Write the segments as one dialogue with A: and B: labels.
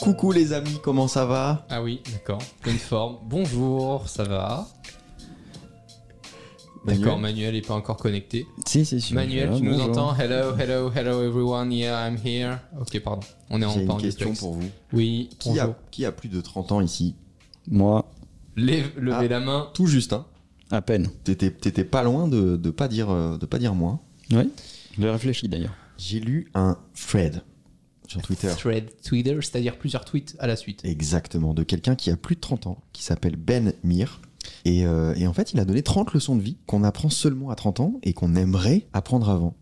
A: Coucou les amis, comment ça va
B: Ah oui, d'accord. Pleine forme. Bonjour, ça va D'accord, Manuel n'est pas encore connecté.
A: Si, si, si.
B: Manuel,
A: je suis
B: tu
A: là,
B: nous
A: bonjour.
B: entends Hello, hello, hello everyone, yeah, I'm here. Ok, pardon. On est en
A: J'ai
B: pas en
A: une question
B: duplex.
A: pour vous.
B: Oui,
A: Qui a, qui a plus de 30 ans ici
C: Moi,
B: Lève, levez
A: Ah.
B: la main.
A: Tout juste, hein.
C: à peine.
A: T'étais t'étais pas loin de, de pas dire euh, de pas dire moi.
C: Oui. J'ai réfléchi d'ailleurs.
A: J'ai lu un thread sur Twitter.
B: Thread Twitter, c'est-à-dire plusieurs tweets à la suite.
A: Exactement, de quelqu'un qui a plus de 30 ans, qui s'appelle Ben Mir. Et, euh, et en fait, il a donné 30 leçons de vie qu'on apprend seulement à 30 ans et qu'on aimerait apprendre avant.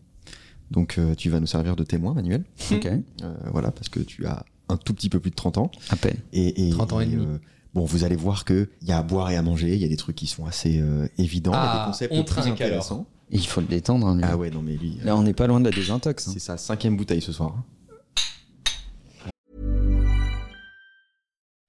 A: Donc euh, tu vas nous servir de témoin, Manuel.
C: Ok.
A: Euh, voilà, parce que tu as un tout petit peu plus de 30 ans.
C: À peine.
A: Et, euh,
B: 30 ans et demi.
A: bon, vous allez voir qu'il y a à boire et à manger, il y a des trucs qui sont assez euh, évidents, il y a
B: Ah,
A: des concepts
B: on
A: très
B: trinque alors.
A: intéressants.
C: Et il faut le détendre. hein, lui.
A: Ah ouais, non mais lui, euh,
C: Là, on n'est pas loin de la désintox. hein.
A: c'est sa cinquième bouteille ce soir. hein.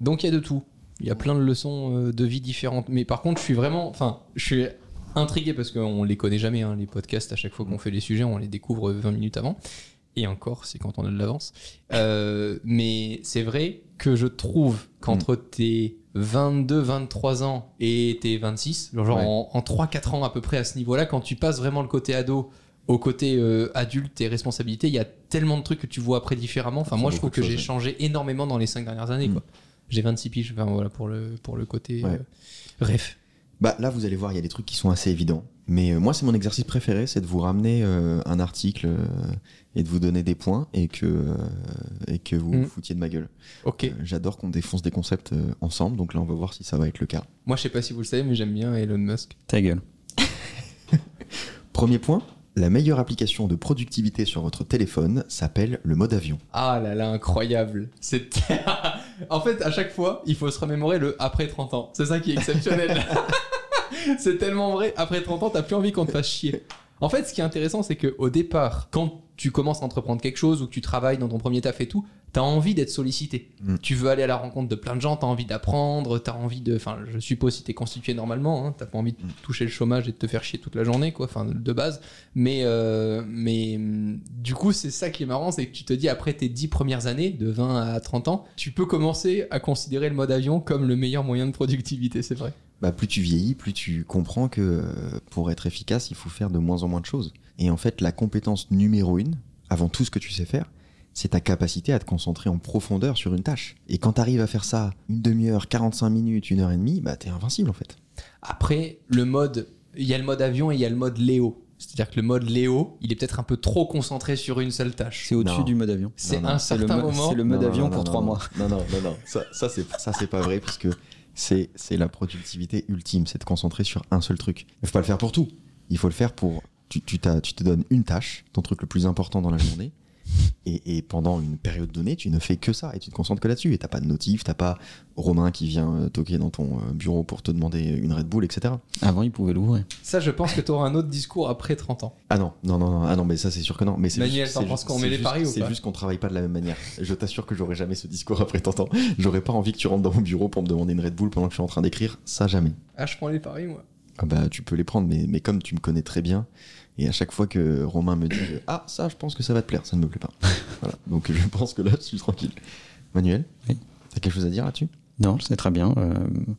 B: Donc il y a de tout. Il y a plein de leçons euh, de vie différentes. Mais par contre, je suis vraiment. Enfin, je suis intrigué parce qu'on les connaît jamais, hein, les podcasts. À chaque fois qu'on fait les sujets, on les découvre 20 minutes avant. Et encore, c'est quand on a de l'avance. Euh, mais c'est vrai que je trouve qu'entre
A: Hmm.
B: tes 22, 23 ans et tes 26, genre
A: Ouais.
B: en, 3-4 ans à peu près à ce niveau-là, quand tu passes vraiment le côté ado au côté euh, adulte et responsabilité, il y a tellement de trucs que tu vois après différemment. Enfin, moi, je
A: beaucoup
B: trouve
A: de
B: que
A: choses,
B: j'ai
A: ouais.
B: changé énormément dans les 5 dernières années.
A: Mm.
B: quoi. J'ai 26 piges, enfin, voilà, pour le, pour le côté.
A: Ouais.
B: euh, Bref.
A: Bah là, vous allez voir, il y a des trucs qui sont assez évidents. Mais euh, moi, c'est mon exercice préféré, c'est de vous ramener euh, un article euh, et de vous donner des points et que, euh, et que vous
B: Mm.
A: vous foutiez de ma gueule.
B: Ok.
A: Euh, J'adore qu'on défonce des concepts euh, ensemble, donc là, on va voir si ça va être le cas.
B: Moi, je sais pas si vous le savez, mais j'aime bien Elon Musk.
C: Ta gueule.
A: Premier point, la meilleure application de productivité sur votre téléphone s'appelle le mode avion.
B: Ah là là, incroyable. C'est. en fait, à chaque fois, il faut se remémorer le après 30 ans. C'est ça qui est exceptionnel. c'est tellement vrai. Après 30 ans, t'as plus envie qu'on te fasse chier. En fait, ce qui est intéressant, c'est que au départ, quand tu commences à entreprendre quelque chose ou que tu travailles dans ton premier taf et tout, t'as envie d'être sollicité.
A: Mm.
B: Tu veux aller à la rencontre de plein de gens, t'as envie d'apprendre, t'as envie de. Enfin, je suppose si t'es constitué normalement, hein, t'as pas envie de toucher le chômage et de te faire chier toute la journée, quoi. Enfin, de base. Mais, euh, mais hum, du coup, c'est ça qui est marrant, c'est que tu te dis, après tes 10 premières années, de 20 à 30 ans, tu peux commencer à considérer le mode avion comme le meilleur moyen de productivité, c'est vrai.
A: Bah, plus tu vieillis, plus tu comprends que euh, pour être efficace, il faut faire de moins en moins de choses. Et en fait, la compétence numéro une, avant tout ce que tu sais faire, c'est ta capacité à te concentrer en profondeur sur une tâche. Et quand tu arrives à faire ça une demi-heure, 45 minutes, une heure et demie, bah t'es invincible en fait.
B: Après, le mode, il y a le mode avion et il y a le mode Léo. C'est-à-dire que le mode Léo, il est peut-être un peu trop concentré sur une seule tâche.
C: C'est au-dessus
A: Non.
C: du mode avion.
B: C'est
A: non,
B: un
C: C'est le,
B: certain
C: mo-
B: moment.
C: c'est le
A: Non,
C: mode
A: non,
C: avion
A: non,
C: pour
A: non,
C: trois
A: non.
C: mois.
A: Non, non, non, non. Ça, ça, c'est, ça, c'est pas vrai, puisque c'est, c'est la productivité ultime, c'est de concentrer sur un seul truc. Il faut pas le faire pour tout. Il faut le faire pour. Tu, tu, t'as- tu te donnes une tâche, ton truc le plus important dans la journée, et, et pendant une période donnée, tu ne fais que ça, et tu te concentres que là-dessus. Et t'as pas de notif, t'as pas Romain qui vient euh, toquer dans ton euh, bureau pour te demander une Red Bull, etc.
C: Avant, il pouvait l'ouvrir.
B: Ça, je pense que tu auras un autre discours après 30 ans.
A: Ah non, non, non, non, ah non, mais ça c'est sûr que non. Mais c'est
B: Manuel,
A: juste-
B: t'en
A: c'est
B: penses
A: juste-
B: qu'on
A: c'est
B: met les
A: juste-
B: paris ou
A: C'est
B: pas
A: juste qu'on travaille pas de la même manière. Je t'assure que j'aurai jamais ce discours après tant temps. J'aurais pas envie que tu rentres dans mon bureau pour me demander une Red Bull pendant que je suis en train d'écrire. Ça jamais.
B: Ah, je prends les paris, moi.
A: Ah bah tu peux les prendre, mais, mais comme tu me connais très bien, et à chaque fois que Romain me dit ah ça, je pense que ça va te plaire, ça ne me plaît pas. voilà. Donc je pense que là, je suis tranquille. Manuel,
C: Oui.
A: t'as quelque chose à dire là-dessus
C: Non, c'est très bien. Euh,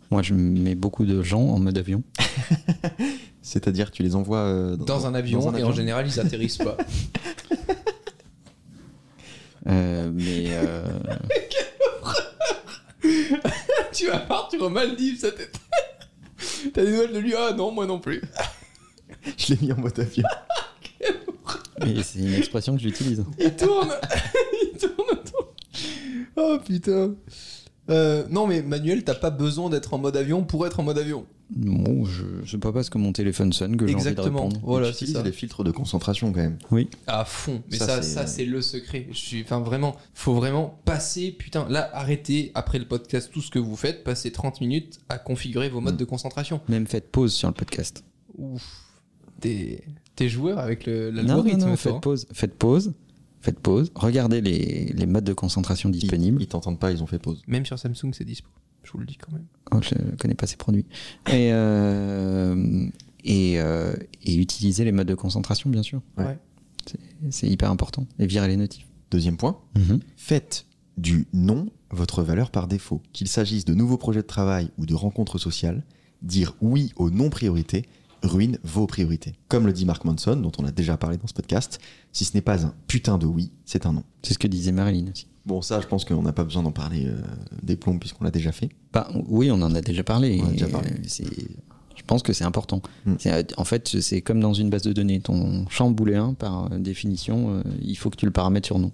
C: moi, je mets beaucoup de gens en mode avion.
A: C'est-à-dire tu les envoies euh,
B: Dans un avion,
A: dans
B: et en général, ils atterrissent pas.
C: Euh, mais euh,
B: tu vas partir aux Maldives, ça t'est. T'as des nouvelles de lui Ah non, moi non plus.
A: Je l'ai mis en mode avion.
C: mais c'est une expression que j'utilise.
B: Il tourne Il tourne autour. Oh putain Euh, non, mais Manuel, t'as pas besoin d'être en mode avion pour être en mode avion.
C: Bon, je sais pas parce que mon téléphone sonne que j'ai envie de
B: Exactement.
C: répondre.
B: Voilà, c'est
A: J'utilise
B: ça.
A: les filtres de concentration quand même.
C: Oui.
B: À fond. Mais
A: Ça,
B: ça, ça,
A: c'est-
C: euh,
B: c'est le secret. Je suis, enfin, vraiment, faut vraiment passer, putain, là, arrêtez après le podcast tout ce que vous faites, passez 30 minutes à configurer vos
C: Mm.
B: modes de concentration.
C: Même faites pause sur le podcast.
B: Ouf. T'es, t'es joueur avec le-
C: non,
B: l'algorithme,
C: non, non,
B: toi, hein.
C: faites pause, faites pause, faites pause. Regardez les, les modes de concentration
A: Ils-
C: disponibles.
A: Ils t'entendent pas, ils ont fait pause.
B: Même sur Samsung, c'est dispo. Je vous le dis quand même.
C: Oh, je connais pas ces produits. Et, euh, et, euh, et utiliser les modes de concentration, bien sûr.
A: Ouais.
B: Ouais.
C: C'est- C'est hyper important. Et virer les notifs.
A: Deuxième point,
C: Mhm.
A: faites du non votre valeur par défaut. Qu'il s'agisse de nouveaux projets de travail ou de rencontres sociales, dire oui aux non-priorités ruine vos priorités. Comme le dit Mark Manson, dont on a déjà parlé dans ce podcast, si ce n'est pas un putain de oui, c'est un non.
C: C'est ce que disait Marilyn aussi.
A: Bon, ça, je pense qu'on n'a pas besoin d'en parler euh, des plombs puisqu'on l'a déjà fait.
C: Bah, oui, on en a déjà parlé.
A: On en a déjà
C: Et,
A: parlé.
C: euh, c'est- Je pense que c'est important.
A: Mm.
C: C'est- En fait, c'est comme dans une base de données. Ton champ booléen, par euh, définition, euh, il faut que tu le paramètres sur nom.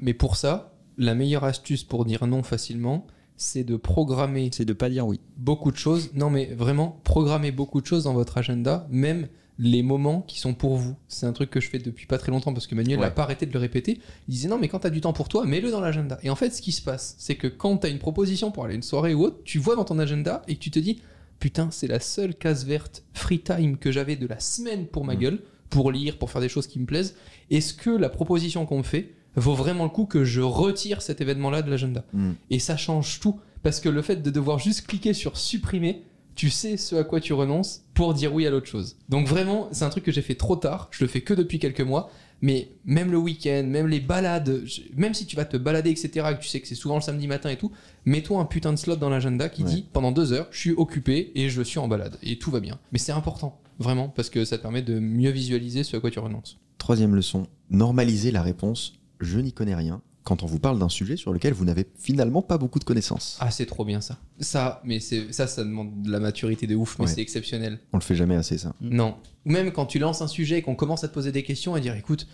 B: Mais pour ça, la meilleure astuce pour dire non facilement, c'est de programmer
C: C'est de pas dire oui.
B: beaucoup de choses. Non, mais vraiment, programmez beaucoup de choses dans votre agenda, même les moments qui sont pour vous. C'est un truc que je fais depuis pas très longtemps parce que Manuel n'a
A: Ouais.
B: pas arrêté de le répéter. Il disait non, mais quand t'as du temps pour toi, mets-le dans l'agenda. Et en fait, ce qui se passe, c'est que quand t'as une proposition pour aller à une soirée ou autre, tu vois dans ton agenda et que tu te dis putain, c'est la seule case verte free time que j'avais de la semaine pour ma gueule, pour lire, pour faire des choses qui me plaisent. Est-ce que la proposition qu'on me fait vaut vraiment le coup que je retire cet événement-là de l'agenda et ça change tout parce que le fait de devoir juste cliquer sur supprimer tu sais ce à quoi tu renonces pour dire oui à l'autre chose donc vraiment c'est un truc que j'ai fait trop tard je le fais que depuis quelques mois mais même le week-end même les balades je- même si tu vas te balader etc que tu sais que c'est souvent le samedi matin et tout mets-toi un putain de slot dans l'agenda qui
A: Ouais.
B: dit pendant deux heures je suis occupé et je suis en balade et tout va bien mais c'est important vraiment parce que ça te permet de mieux visualiser ce à quoi tu renonces
A: Troisième leçon, normalisez la réponse je n'y connais rien quand on vous parle d'un sujet sur lequel vous n'avez finalement pas beaucoup de connaissances.
B: ah c'est trop bien ça ça mais c'est ça ça demande de la maturité de ouf mais
A: Ouais.
B: c'est exceptionnel
A: On le fait jamais assez, ça.
B: Non. Ou même quand tu lances un sujet et qu'on commence à te poser des questions et dire écoute,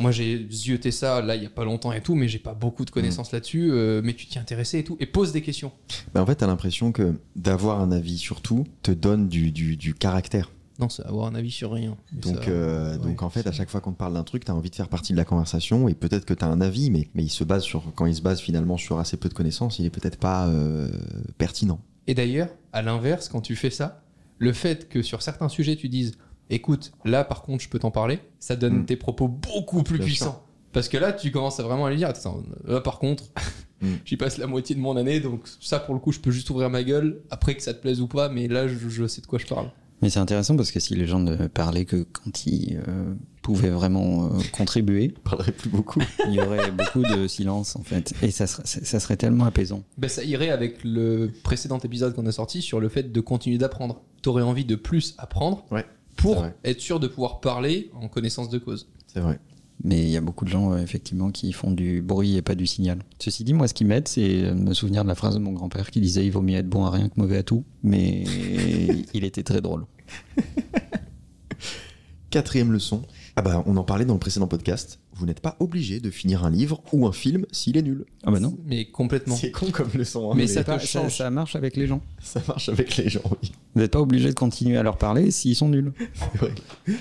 B: moi j'ai zioté ça là il y a pas longtemps et tout, mais j'ai pas beaucoup de connaissances là-dessus, euh, mais tu t'y es intéressé et tout, et pose des questions.
A: Bah, en fait, t'as l'impression que d'avoir un avis sur tout te donne du- du- du caractère.
B: Non, c'est avoir un avis sur rien. Mais
A: Donc,
B: ça-
A: euh,
B: ouais,
A: donc en fait,
B: ça-
A: à chaque fois qu'on te parle d'un truc, tu as envie de faire partie de la conversation et peut-être que tu as un avis, mais, mais il se base sur, quand il se base finalement sur assez peu de connaissances, il est peut-être pas euh, pertinent.
B: Et d'ailleurs, à l'inverse, quand tu fais ça, le fait que sur certains sujets tu dises écoute, là par contre je peux t'en parler, ça donne
A: Mm.
B: tes propos beaucoup plus
A: Bien
B: puissants. Parce que là, tu commences à vraiment aller dire, attends, là par contre,
A: Mm.
B: j'y passe la moitié de mon année, donc ça pour le coup, je peux juste ouvrir ma gueule, après que ça te plaise ou pas, mais là, je- je sais de quoi je parle.
C: Mais c'est intéressant parce que si les gens ne parlaient que quand ils euh, pouvaient vraiment euh, contribuer,
A: Je parlerai plus beaucoup.
C: il y aurait beaucoup de silence en fait. Et ça serait, ça serait tellement apaisant.
B: Ben, ça irait avec le précédent épisode qu'on a sorti sur le fait de continuer d'apprendre. T'aurais envie de plus apprendre
A: Ouais, c'est
B: pour
A: vrai.
B: être sûr de pouvoir parler en connaissance de cause.
A: C'est vrai.
C: Mais il y a beaucoup de gens euh, effectivement qui font du bruit et pas du signal. Ceci dit, moi ce qui m'aide, c'est euh, me souvenir de la phrase de mon grand-père qui disait il vaut mieux être bon à rien que mauvais à tout. Mais il était très drôle.
A: Quatrième leçon. Ah bah, on en parlait dans le précédent podcast. Vous n'êtes pas obligé de finir un livre ou un film s'il est nul.
C: Ah bah non.
B: Mais complètement.
A: C'est con comme leçon. hein,
B: Mais ça-
C: pas-
B: te change.
C: ça marche avec les gens.
A: ça marche avec les gens, oui.
C: Vous n'êtes pas obligé de continuer à leur parler s'ils sont nuls.
A: C'est vrai.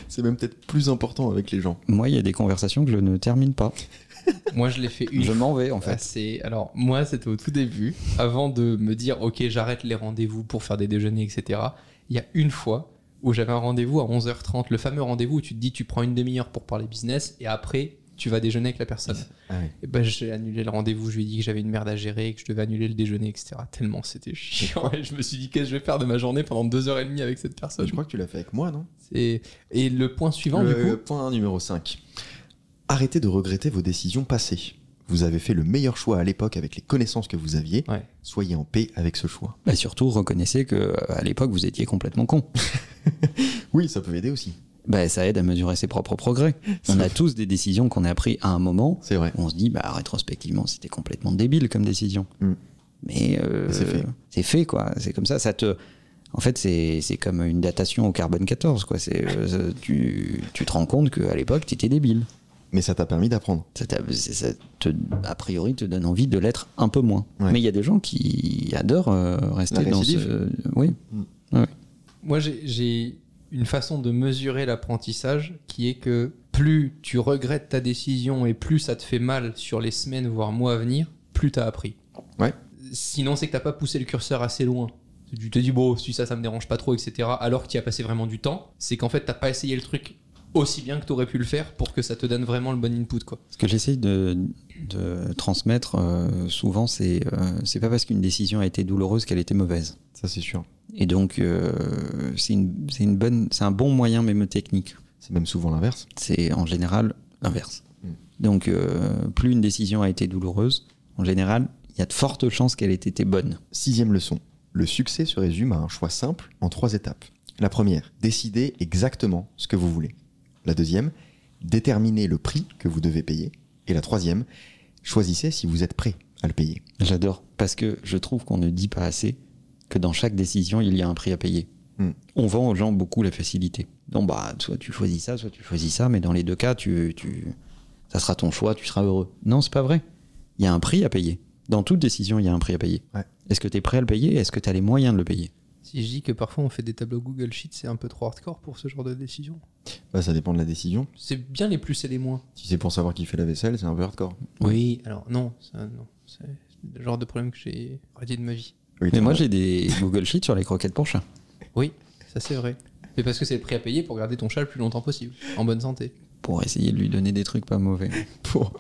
A: C'est même peut-être plus important avec les gens.
C: Moi, il y a des conversations que je ne termine pas.
B: Moi, je l'ai fait une
C: Je m'en vais en
B: Ah,
C: fait.
B: c'est- alors moi c'était au tout début, avant de me dire ok j'arrête les rendez-vous pour faire des déjeuners etc. Il y a une fois où j'avais un rendez-vous à 11h30, le fameux rendez-vous où tu te dis tu prends une demi-heure pour parler business et après tu vas déjeuner avec la personne.
A: Ah oui.
B: Et ben j'ai annulé le rendez-vous, je lui ai dit que j'avais une merde à gérer, que je devais annuler le déjeuner etc. Tellement c'était chiant et je me suis dit qu'est-ce que je vais faire de ma journée pendant deux heures et demie avec cette personne.
A: Je crois que tu l'as fait avec moi, non
B: Et, et le point suivant du
A: Le
B: coup,
A: point numéro 5. Arrêtez de regretter vos décisions passées. Vous avez fait le meilleur choix à l'époque avec les connaissances que vous aviez.
B: Ouais.
A: Soyez en paix avec ce choix.
C: Bah, surtout, reconnaissez que euh, à l'époque, vous étiez complètement con.
A: Oui, ça peut aider aussi.
C: Bah, ça aide à mesurer ses propres progrès. On a tous des décisions qu'on a prises à un moment.
A: C'est vrai.
C: où On se dit, bah, rétrospectivement, c'était complètement débile comme décision.
A: Mm.
C: Mais euh,
A: C'est fait.
C: c'est fait, quoi. C'est comme ça. Ça te. En fait, c'est c'est comme une datation au carbone 14, quoi. C'est, euh, tu, tu te rends compte qu'à l'époque, t'étais débile.
A: mais ça t'a permis d'apprendre.
C: Ça, t'a- c'est- ça te, a priori, te donne envie de l'être un peu moins.
A: Ouais.
C: Mais il y a des gens qui adorent euh, rester
A: La
C: dans
A: récidive.
C: ce. euh, Oui.
A: Mm.
C: Ouais.
B: Moi, j'ai- j'ai une façon de mesurer l'apprentissage qui est que plus tu regrettes ta décision et plus ça te fait mal sur les semaines, voire mois à venir, plus t'as appris.
A: Ouais.
B: Sinon, c'est que t'as pas poussé le curseur assez loin. Tu te dis, bon, si ça, ça me dérange pas trop, etc. Alors qu'il y a passé vraiment du temps, c'est qu'en fait, t'as pas essayé le truc aussi bien que t'aurais pu le faire pour que ça te donne vraiment le bon input, quoi.
C: Ce que j'essaye de, de transmettre euh, souvent, c'est euh, c'est pas parce qu'une décision a été douloureuse qu'elle était mauvaise.
A: Ça, c'est sûr.
C: Et donc, euh, c'est une, c'est une bonne, c'est un bon moyen mémotechnique.
A: C'est même souvent l'inverse.
C: C'est en général l'inverse.
A: Mm.
C: Donc, euh, plus une décision a été douloureuse, en général, il y a de fortes chances qu'elle ait été bonne.
A: Sixième leçon. Le succès se résume à un choix simple en trois étapes. La première, décidez exactement ce que vous voulez. La deuxième, déterminez le prix que vous devez payer. Et la troisième, choisissez si vous êtes prêt à le payer.
C: J'adore, parce que je trouve qu'on ne dit pas assez que dans chaque décision, il y a un prix à payer.
A: Mm.
C: On vend aux gens beaucoup la facilité. Non, bah, soit tu choisis ça, soit tu choisis ça, mais dans les deux cas, tu, tu, ça sera ton choix, tu seras heureux. Non, c'est pas vrai. Il y a un prix à payer. Dans toute décision, il y a un prix à payer.
A: Ouais.
C: Est-ce que tu es prêt à le payer Est-ce que tu as les moyens de le payer
B: Si je dis que parfois on fait des tableaux Google Sheets, c'est un peu trop hardcore pour ce genre de décision.
A: Bah, ça dépend de la décision.
B: C'est bien les plus et les moins.
A: Si c'est pour savoir qui fait la vaisselle, c'est un peu hardcore.
B: Oui, alors non, ça, non. c'est le genre de problème que j'ai radié de ma vie.
A: Oui,
C: Mais
A: t'en
C: moi,
A: as-
C: j'ai des Google Sheets sur les croquettes pour chat.
B: Oui, ça c'est vrai. Mais parce que c'est le prix à payer pour garder ton chat le plus longtemps possible, en bonne santé.
C: Pour essayer de lui donner des trucs pas mauvais.
A: pour-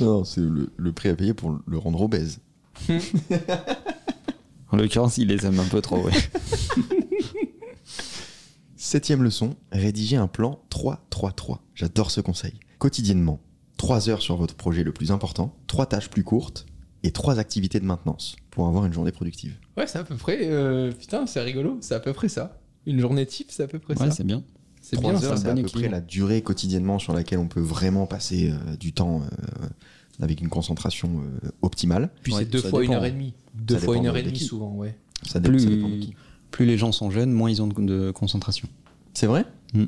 A: Non, c'est le, le prix à payer pour le rendre obèse.
C: En l'occurrence, il les aime un peu trop, ouais.
A: Septième leçon, rédigez un plan 3-3-3. J'adore ce conseil. Quotidiennement, 3 heures sur votre projet le plus important, 3 tâches plus courtes et 3 activités de maintenance pour avoir une journée productive.
B: Ouais, c'est à peu près. euh, putain, c'est rigolo, c'est à peu près ça. Une journée type, c'est à peu près
C: Ouais,
B: ça.
C: c'est bien.
B: C'est
A: 3
B: bien
A: heures,
B: ça.
A: c'est à
C: bon
A: peu
C: équilibre.
A: près la durée quotidiennement sur laquelle on peut vraiment passer euh, du temps euh, avec une concentration euh, optimale.
B: Puis
C: Ouais,
B: c'est deux
C: ça
B: fois
C: dépend.
B: une heure et demie. Deux
A: Ça
B: fois
A: dépend
B: une heure
A: de-
B: et
A: de
B: demie
A: qui.
B: souvent, ouais.
A: Ça, dé- ça dépend de
C: Plus,
A: qui.
C: plus les gens sont jeunes, moins ils ont de- de concentration.
A: C'est vrai
C: Mm.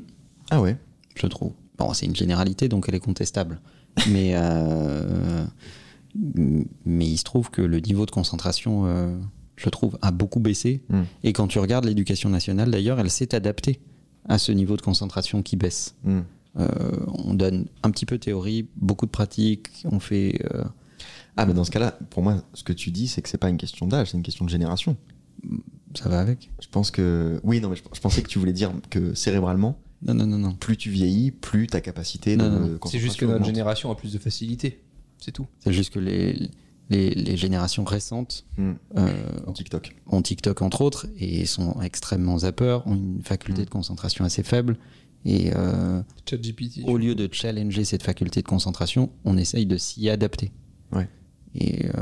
A: Ah ouais
C: je trouve. Bon, c'est une généralité, donc elle est contestable. Mais, euh, mais il se trouve que le niveau de concentration, euh, je trouve, a beaucoup baissé.
A: Mm.
C: Et quand tu regardes l'éducation nationale, d'ailleurs, elle s'est adaptée à ce niveau de concentration qui baisse.
A: Mm.
C: Euh, on donne un petit peu de théorie, beaucoup de pratique, on fait... euh,
A: Ah, mais dans ce cas-là, pour moi, ce que tu dis, c'est que c'est pas une question d'âge, c'est une question de génération.
C: ça va avec
A: Je pense que. Oui, non, mais je- je pensais que tu voulais dire que cérébralement,
C: Non, non, non, non.
A: plus tu vieillis, plus ta capacité de
C: Non, non, non.
A: concentration
B: C'est juste que notre
A: augmente.
B: génération a plus de facilité. C'est tout.
C: C'est juste que les, les, les générations récentes
A: Hmm.
C: euh,
A: En TikTok.
C: ont TikTok entre autres et sont extrêmement zappeurs, ont une faculté
A: Mm.
C: de concentration assez faible. Et euh,
B: ChatGPT.
A: Oh.
C: au lieu de challenger cette faculté de concentration, on essaye de s'y adapter.
A: Ouais.
C: Et euh,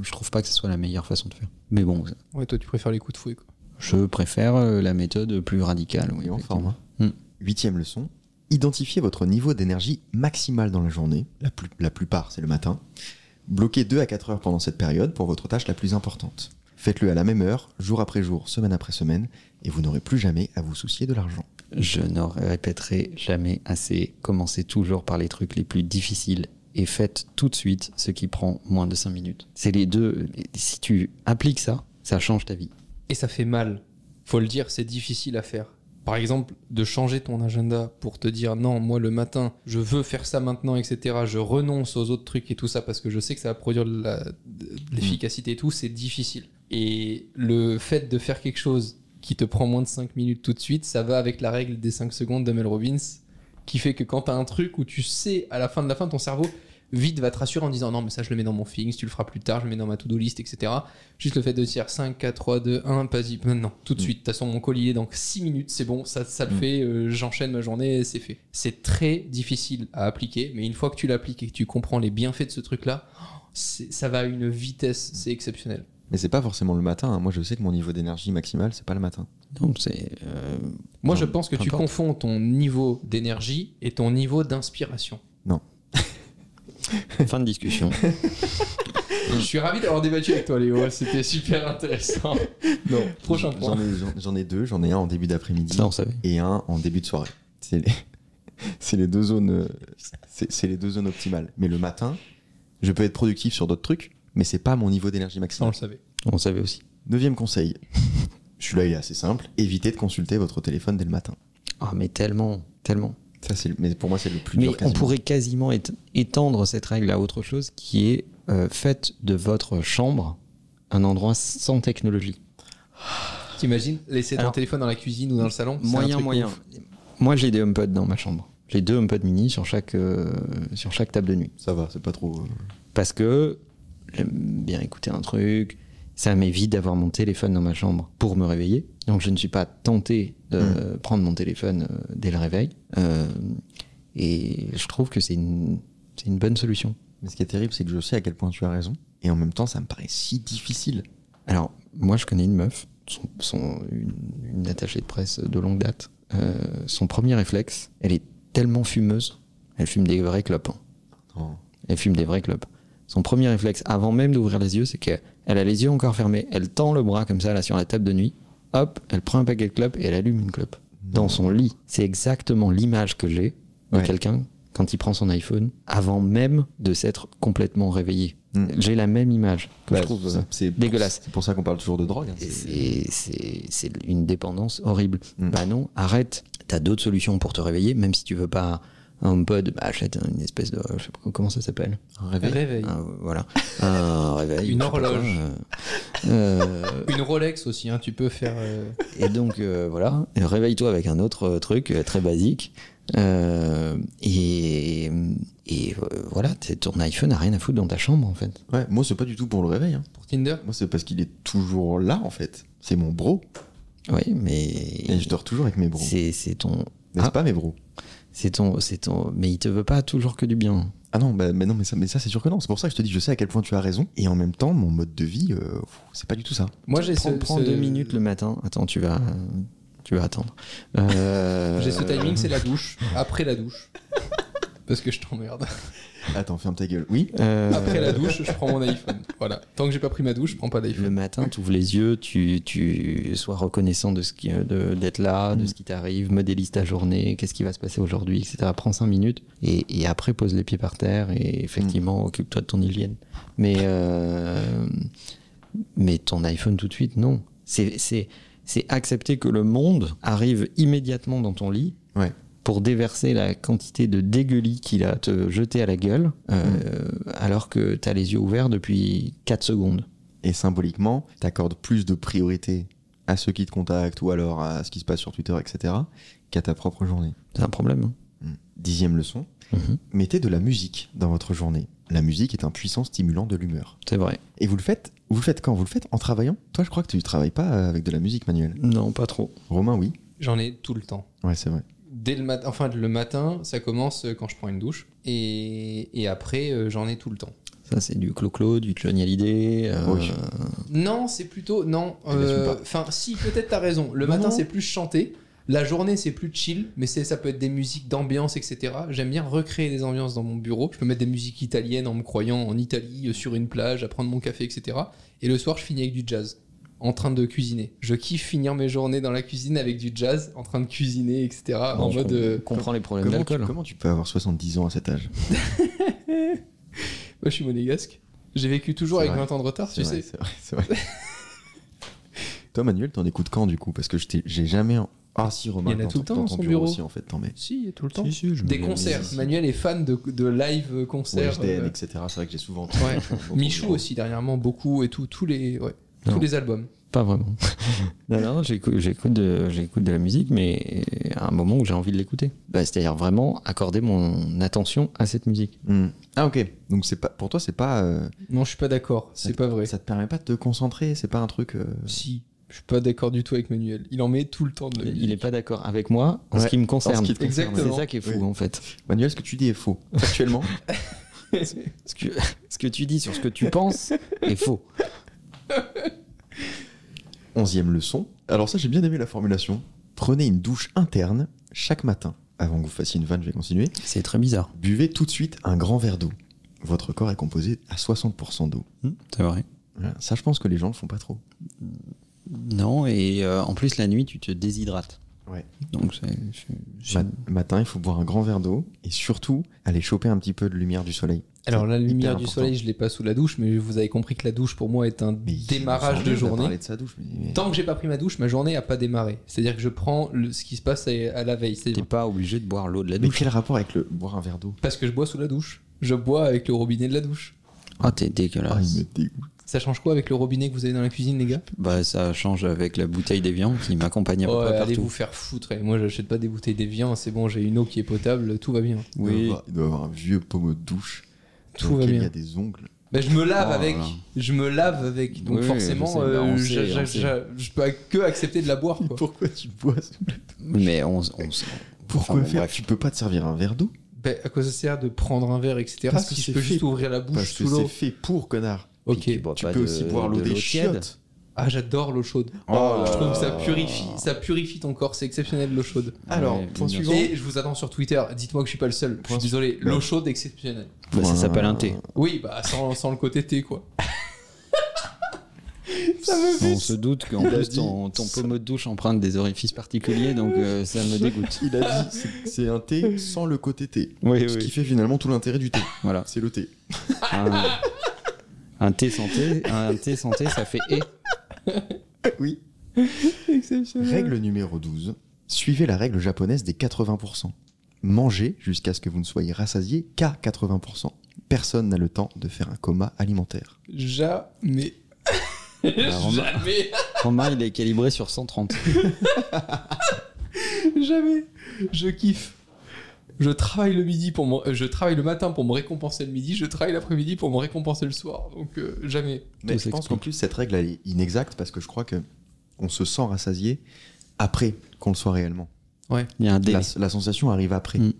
C: je trouve pas que ce soit la meilleure façon de faire. Mais bon,
B: Ouais, toi tu préfères les coups de fouet, quoi.
C: je préfère euh, la méthode plus radicale. oui,
A: Et en
C: effectivement.
A: forme. hein.
C: Hmm.
A: Huitième leçon. Identifiez votre niveau d'énergie maximal dans la journée. La, plus- la plupart, c'est le matin. Bloquez 2 à 4 heures pendant cette période pour votre tâche la plus importante. Faites-le à la même heure, jour après jour, semaine après semaine, et vous n'aurez plus jamais à vous soucier de l'argent.
C: Je n'en répéterai jamais assez. Commencez toujours par les trucs les plus difficiles et faites tout de suite ce qui prend moins de 5 minutes. C'est les deux. Si tu appliques ça, ça change ta vie.
B: Et ça fait mal. Faut le dire, c'est difficile à faire. Par exemple, de changer ton agenda pour te dire non, moi le matin, je veux faire ça maintenant, etc. Je renonce aux autres trucs et tout ça parce que je sais que ça va produire de la- de l'efficacité et tout, c'est difficile. Et le fait de faire quelque chose qui te prend moins de 5 minutes tout de suite, ça va avec la règle des 5 secondes de Mel Robbins, qui fait que quand t'as un truc où tu sais à la fin de la fin, ton cerveau vite va te rassurer en disant non, mais ça je le mets dans mon things, tu le feras plus tard, je le mets dans ma to-do list, etc. Juste le fait de dire 5, 4, 3, 2, 1, vas-y, maintenant, euh, tout de
A: Mm.
B: suite. De toute façon, mon colis est dans 6 minutes, c'est bon, ça, ça le
A: Mm.
B: fait, euh, j'enchaîne ma journée, et c'est fait. C'est très difficile à appliquer, mais une fois que tu l'appliques et que tu comprends les bienfaits de ce truc-là, c'est- ça va à une vitesse, c'est exceptionnel.
A: Mais c'est pas forcément le matin. hein. Moi, je sais que mon niveau d'énergie maximale, c'est pas le matin.
C: Donc c'est euh,
B: Moi,
C: Non,
B: je pense que
C: peu
B: tu
C: importe.
B: confonds ton niveau d'énergie et ton niveau d'inspiration.
C: fin de discussion.
B: Je suis ravi d'avoir débattu avec toi, Léo, c'était super intéressant. Non, prochain
A: J'en
B: point.
A: ai, j'en- j'en ai deux. J'en ai un en début d'après-midi
C: ça on savait.
A: et un en début de soirée. C'est les- c'est les deux zones, euh, c'est c'est les deux zones optimales. Mais le matin, je peux être productif sur d'autres trucs, mais c'est pas mon niveau d'énergie
B: Ça, on
A: maximale.
B: le savait.
C: On savait aussi.
A: Neuvième conseil. Celui-là, il est assez simple. Évitez de consulter votre téléphone dès le matin.
C: Ah, mais tellement, tellement.
A: Ça, c'est, le- mais pour moi, c'est le plus
C: Mais
A: dur.
C: on
A: quasiment.
C: pourrait quasiment ét- étendre cette règle à autre chose qui est euh, faites de votre chambre un endroit sans technologie.
B: T'imagines laisser ton
C: Alors,
B: téléphone dans la cuisine ou dans le salon c'est un
C: Moyen,
B: truc
C: moyen.
B: ouf.
C: Moi, j'ai des HomePod dans ma chambre. J'ai deux HomePod mini sur chaque, euh, sur chaque table de nuit.
A: Ça va, c'est pas trop. euh,
C: Parce que j'aime bien écouter un truc. Ça m'évite d'avoir mon téléphone dans ma chambre pour me réveiller. Donc, je ne suis pas tenté de euh, prendre mon téléphone euh, dès le réveil. Euh, et je trouve que c'est une, c'est une bonne solution.
A: Mais ce qui est terrible, c'est que je sais à quel point tu as raison. Et en même temps, ça me paraît si difficile.
C: Alors, moi, je connais une meuf, son, son- une, une attachée de presse de longue date. Euh, son premier réflexe, elle est tellement fumeuse, elle fume des vrais clopes. hein.
A: Non.
C: Elle fume des vrais clopes. Son premier réflexe, avant même d'ouvrir les yeux, c'est qu'elle elle a les yeux encore fermés. Elle tend le bras comme ça, là, sur la table de nuit. Hop, elle prend un paquet de clopes et elle allume une clope. Dans son lit. C'est exactement l'image que j'ai de
A: Ouais.
C: quelqu'un quand il prend son iPhone, avant même de s'être complètement réveillé.
A: Mm.
C: J'ai la même image que
A: Bah,
C: je trouve.
A: ça-
C: euh,
A: c'est
C: dégueulasse.
A: C'est pour ça qu'on parle toujours de drogue. hein.
C: et
A: C'est-
C: c'est- c'est c'est une dépendance horrible.
A: Mm.
C: Bah non, arrête. T'as d'autres solutions pour te réveiller, même si tu veux pas un HomePod, bah achète une espèce de. Je sais pas, comment ça s'appelle
A: Un réveil.
B: Réveil.
C: Un- Ah, Voilà. Un
B: Une
C: réveil. je sais pas
B: horloge.
C: quoi, euh, euh,
B: Une Rolex aussi, hein, tu peux faire. euh,
C: et donc, euh, voilà. Réveille-toi avec un autre euh, truc euh, très basique. Euh, et et euh, voilà, t'es- ton iPhone a rien à foutre dans ta chambre, en fait.
A: Ouais, moi, c'est pas du tout pour le réveil. hein.
B: pour Tinder.
A: Moi, c'est parce qu'il est toujours là, en fait. C'est mon bro.
C: Oui, mais.
A: Et je dors toujours avec mes bros.
C: C'est c'est ton.
A: N'est-ce
C: Ah.
A: pas, mes bros
C: C'est ton, c'est ton. Mais il te veut pas toujours que du bien.
A: Ah non, bah, mais non, mais ça, mais ça c'est sûr que non. C'est pour ça que je te dis, je sais à quel point tu as raison. Et en même temps, mon mode de vie, euh, pff, c'est pas du tout ça.
B: Moi, j'ai
C: prends,
B: ce,
C: prends
B: ce-
C: deux minutes le matin. Attends, tu vas, tu vas attendre. Euh,
B: J'ai ce timing, c'est la douche. Après la douche. Parce que je t'emmerde.
A: Attends, ferme ta gueule. Oui.
C: euh,
B: Après la douche, je prends mon iPhone. Voilà. Tant que j'ai pas pris ma douche, je prends pas
C: Le
B: d'iPhone.
C: matin, tu ouvres les yeux, tu, tu sois reconnaissant de ce qui, de- d'être là, de ce qui t'arrive, modélise ta journée, qu'est-ce qui va se passer aujourd'hui, etc. Prends cinq minutes et, et après pose les pieds par terre et effectivement occupe-toi de ton hygiène. Mais euh, mais ton iPhone tout de suite, non. C'est c'est c'est accepter que le monde arrive immédiatement dans ton lit
A: Ouais.
C: pour déverser la quantité de dégueulis qu'il a te jeter à la gueule, euh, alors que t'as les yeux ouverts depuis 4 secondes.
A: Et symboliquement, t'accordes plus de priorité à ceux qui te contactent ou alors à ce qui se passe sur Twitter, etc., qu'à ta propre journée.
C: C'est un problème. hein.
A: Hmm. Dixième leçon.
C: Mhm.
A: Mettez de la musique dans votre journée. La musique est un puissant stimulant de l'humeur.
C: C'est vrai.
A: Et vous le faites Vous le faites quand Vous le faites en travaillant Toi, je crois que tu ne travailles pas euh, avec de la musique manuelle.
C: Non, pas trop.
A: Romain, oui.
B: J'en ai tout le temps.
A: Ouais, c'est vrai.
B: Dès le matin, enfin le matin, ça commence euh, quand je prends une douche. Et, et après, euh, j'en ai tout le temps.
C: Ça, c'est du clo-clo, du Johnny Hallyday. euh,
A: Oui.
B: Non, c'est plutôt. Non. euh,
A: Elle l'assume pas.
B: Enfin, si, peut-être t'as raison. Le
A: Non,
B: matin,
A: non.
B: c'est plus chanter. La journée, c'est plus chill, mais c'est- ça peut être des musiques d'ambiance, etc. J'aime bien recréer des ambiances dans mon bureau. Je peux mettre des musiques italiennes en me croyant en Italie, euh, sur une plage, à prendre mon café, etc. Et le soir, je finis avec du jazz, en train de cuisiner. Je kiffe finir mes journées dans la cuisine avec du jazz, en train de cuisiner, etc.
C: bon,
B: en
C: je
B: mode.
C: com-
B: euh,
C: comprends les problèmes
A: Comment tu,
C: d'alcool.
A: comment tu peux avoir 70 ans à cet âge
B: Moi, je suis monégasque. J'ai vécu toujours
A: C'est
B: avec
A: vrai.
B: 20 ans de retard,
A: C'est
B: tu
A: vrai,
B: sais.
A: c'est vrai, c'est vrai. Toi, Manuel, t'en écoutes quand du coup Parce que je t'ai- j'ai jamais. en- Ah, si, Romain,
B: Il y en a
A: dans
B: tout le
A: ton-
B: temps
A: dans
B: dans
A: ton
B: son
A: bureau
B: bureau.
A: aussi, en fait. T'en mets.
B: Si, il y a tout le temps. Des concerts.
A: ici.
B: Manuel est fan de, de live euh, concerts.
A: HDN,
B: euh,
A: etc. C'est vrai que j'ai souvent.
B: Ouais.
A: entendu.
B: Michou aussi dernièrement beaucoup et tout tous les ouais,
C: Non.
B: tous les albums.
C: Pas vraiment. non, non, j'écoute, j'écoute, de, j'écoute de la musique, mais euh, à un moment où j'ai envie de l'écouter. Bah, c'est-à-dire vraiment accorder mon attention à cette musique.
A: Hmm. Ah, ok. Donc, c'est pas, pour toi, c'est pas. euh,
B: Non, je suis pas d'accord, c'est
A: ça-
B: pas vrai.
A: Ça te permet pas de te concentrer, c'est pas un truc. euh,
B: Si, je suis pas d'accord du tout avec Manuel. Il en met tout le temps de la
C: Il
B: musique.
C: n'est pas d'accord avec moi en
A: Ouais,
C: ce qui me
A: en
C: concerne.
A: ce qui te concerne.
B: Exactement.
C: C'est ça qui est fou
A: Oui.
C: en fait.
A: Manuel, ce que tu dis est faux. Actuellement,
C: Ce que, ce que tu dis sur ce que tu penses est faux.
A: onzième leçon. Alors, ça, j'ai bien aimé la formulation. Prenez une douche interne chaque matin. Avant que vous fassiez une vanne, je vais continuer.
C: C'est très bizarre.
A: Buvez tout de suite un grand verre d'eau. Votre corps est composé à 60% d'eau.
C: Hmm, C'est vrai.
A: Voilà. Ça, je pense que les gens le font pas trop.
C: Non, et euh, en plus la nuit, tu te déshydrates.
A: Ouais. Bah,
C: Donc, c'est- c'est- c'est-
A: Ma- matin, il faut boire un grand verre d'eau et surtout aller choper un petit peu de lumière du soleil.
B: Alors la
A: hyper
B: lumière du
A: important.
B: soleil, je l'ai pas sous la douche, mais vous avez compris que la douche pour moi est un
A: Mais il-
B: démarrage
A: j'en ai
B: de
A: pas parlé
B: journée.
A: de sa douche, mais- mais-
B: Tant que j'ai pas pris ma douche, ma journée a pas démarré. C'est-à-dire que je prends le- ce qui se passe à, à la veille.
C: T'es
B: C'est-à-dire
C: pas obligé de boire l'eau de la
A: Mais
C: douche.
A: quel rapport avec le boire un verre d'eau
B: parce que je bois sous la douche. Je bois avec le robinet de la douche.
C: Ah, t'es dégueulasse.
A: Ah, il me dégoûte.
B: Ça change quoi avec le robinet que vous avez dans la cuisine, les gars
C: Bah, ça change avec la bouteille d'Evian qui m'accompagne à peu
B: Ouais,
C: près
B: Allez
C: partout.
B: vous faire foutre. Et moi, j'achète pas des bouteilles d'évian. C'est bon, j'ai une eau qui est potable. Tout va bien.
A: Il doit avoir- Il doit avoir un vieux pommeau de douche.
B: Tout
A: dans
B: va
A: lequel
B: bien.
A: Il y a des ongles.
B: Bah, je me lave
C: Oh là
B: avec.
C: là.
B: Je me lave avec. Donc
C: Oui, je sais,
B: forcément,
C: bah,
B: euh,
C: on
B: je,
C: sait,
B: je-
C: on sait.
B: je- je peux que accepter de la boire. Quoi.
A: Pourquoi tu bois sous la-
C: Mais on, on s-
A: Pourquoi
C: Enfin, bon,
A: faire
C: bref.
A: Tu peux pas te servir un verre d'eau
B: Ben, à quoi ça sert de prendre un verre, etc.
A: Parce que
B: si je
A: c'est
B: peux
A: fait.
B: juste ouvrir la bouche
A: Parce que
B: sous l'eau.
A: c'est fait pour, connard.
B: Ok.
C: tu bois
A: Tu
C: pas
A: peux
C: de-
A: aussi boire l'eau
C: de
A: des
C: tiède.
A: chiottes.
B: Ah, j'adore l'eau chaude.
A: Oh,
B: je trouve que ça
A: là.
B: purifie, ça purifie ton corps. C'est exceptionnel l'eau chaude.
A: Alors,
C: Ouais,
A: point
C: bien
A: suivant.
B: Et je vous attends sur Twitter. Dites-moi que je suis pas le seul. Je suis désolé. L'eau chaude exceptionnelle.
C: Bah, ça
A: Point-
C: s'appelle un thé.
B: Oui, bah sans, sans le côté thé quoi.
C: On se doute qu'en
A: Il a
C: plus
A: dit-
C: ton, ton pommeau de douche emprunte des orifices particuliers, donc euh, ça me dégoûte.
A: Il a dit c'est- c'est un thé sans le côté thé.
C: Oui,
A: Ce qui fait finalement tout l'intérêt du thé.
C: Voilà.
A: C'est le thé.
C: Un, un thé santé, un thé santé, ça fait eh, et.
A: Oui.
B: Exceptionnel.
A: Règle numéro 12. Suivez la règle japonaise des 80%. Mangez jusqu'à ce que vous ne soyez rassasié qu'à 80%. Personne n'a le temps de faire un coma alimentaire.
B: Jamais.
A: Bah,
B: Jamais.
C: Romain, il est calibré sur 130.
B: Jamais. Je kiffe. Je travaille le midi pour me- euh, je travaille le matin pour me récompenser le midi. Je travaille l'après-midi pour me récompenser le soir. Donc euh, jamais.
A: Mais je
C: Tout
A: pense
C: s'explique.
A: qu'en plus, cette règle elle est inexacte parce que je crois que on se sent rassasié après qu'on le soit réellement.
C: Il y a un délai.
A: La, la sensation arrive après.
C: Mm.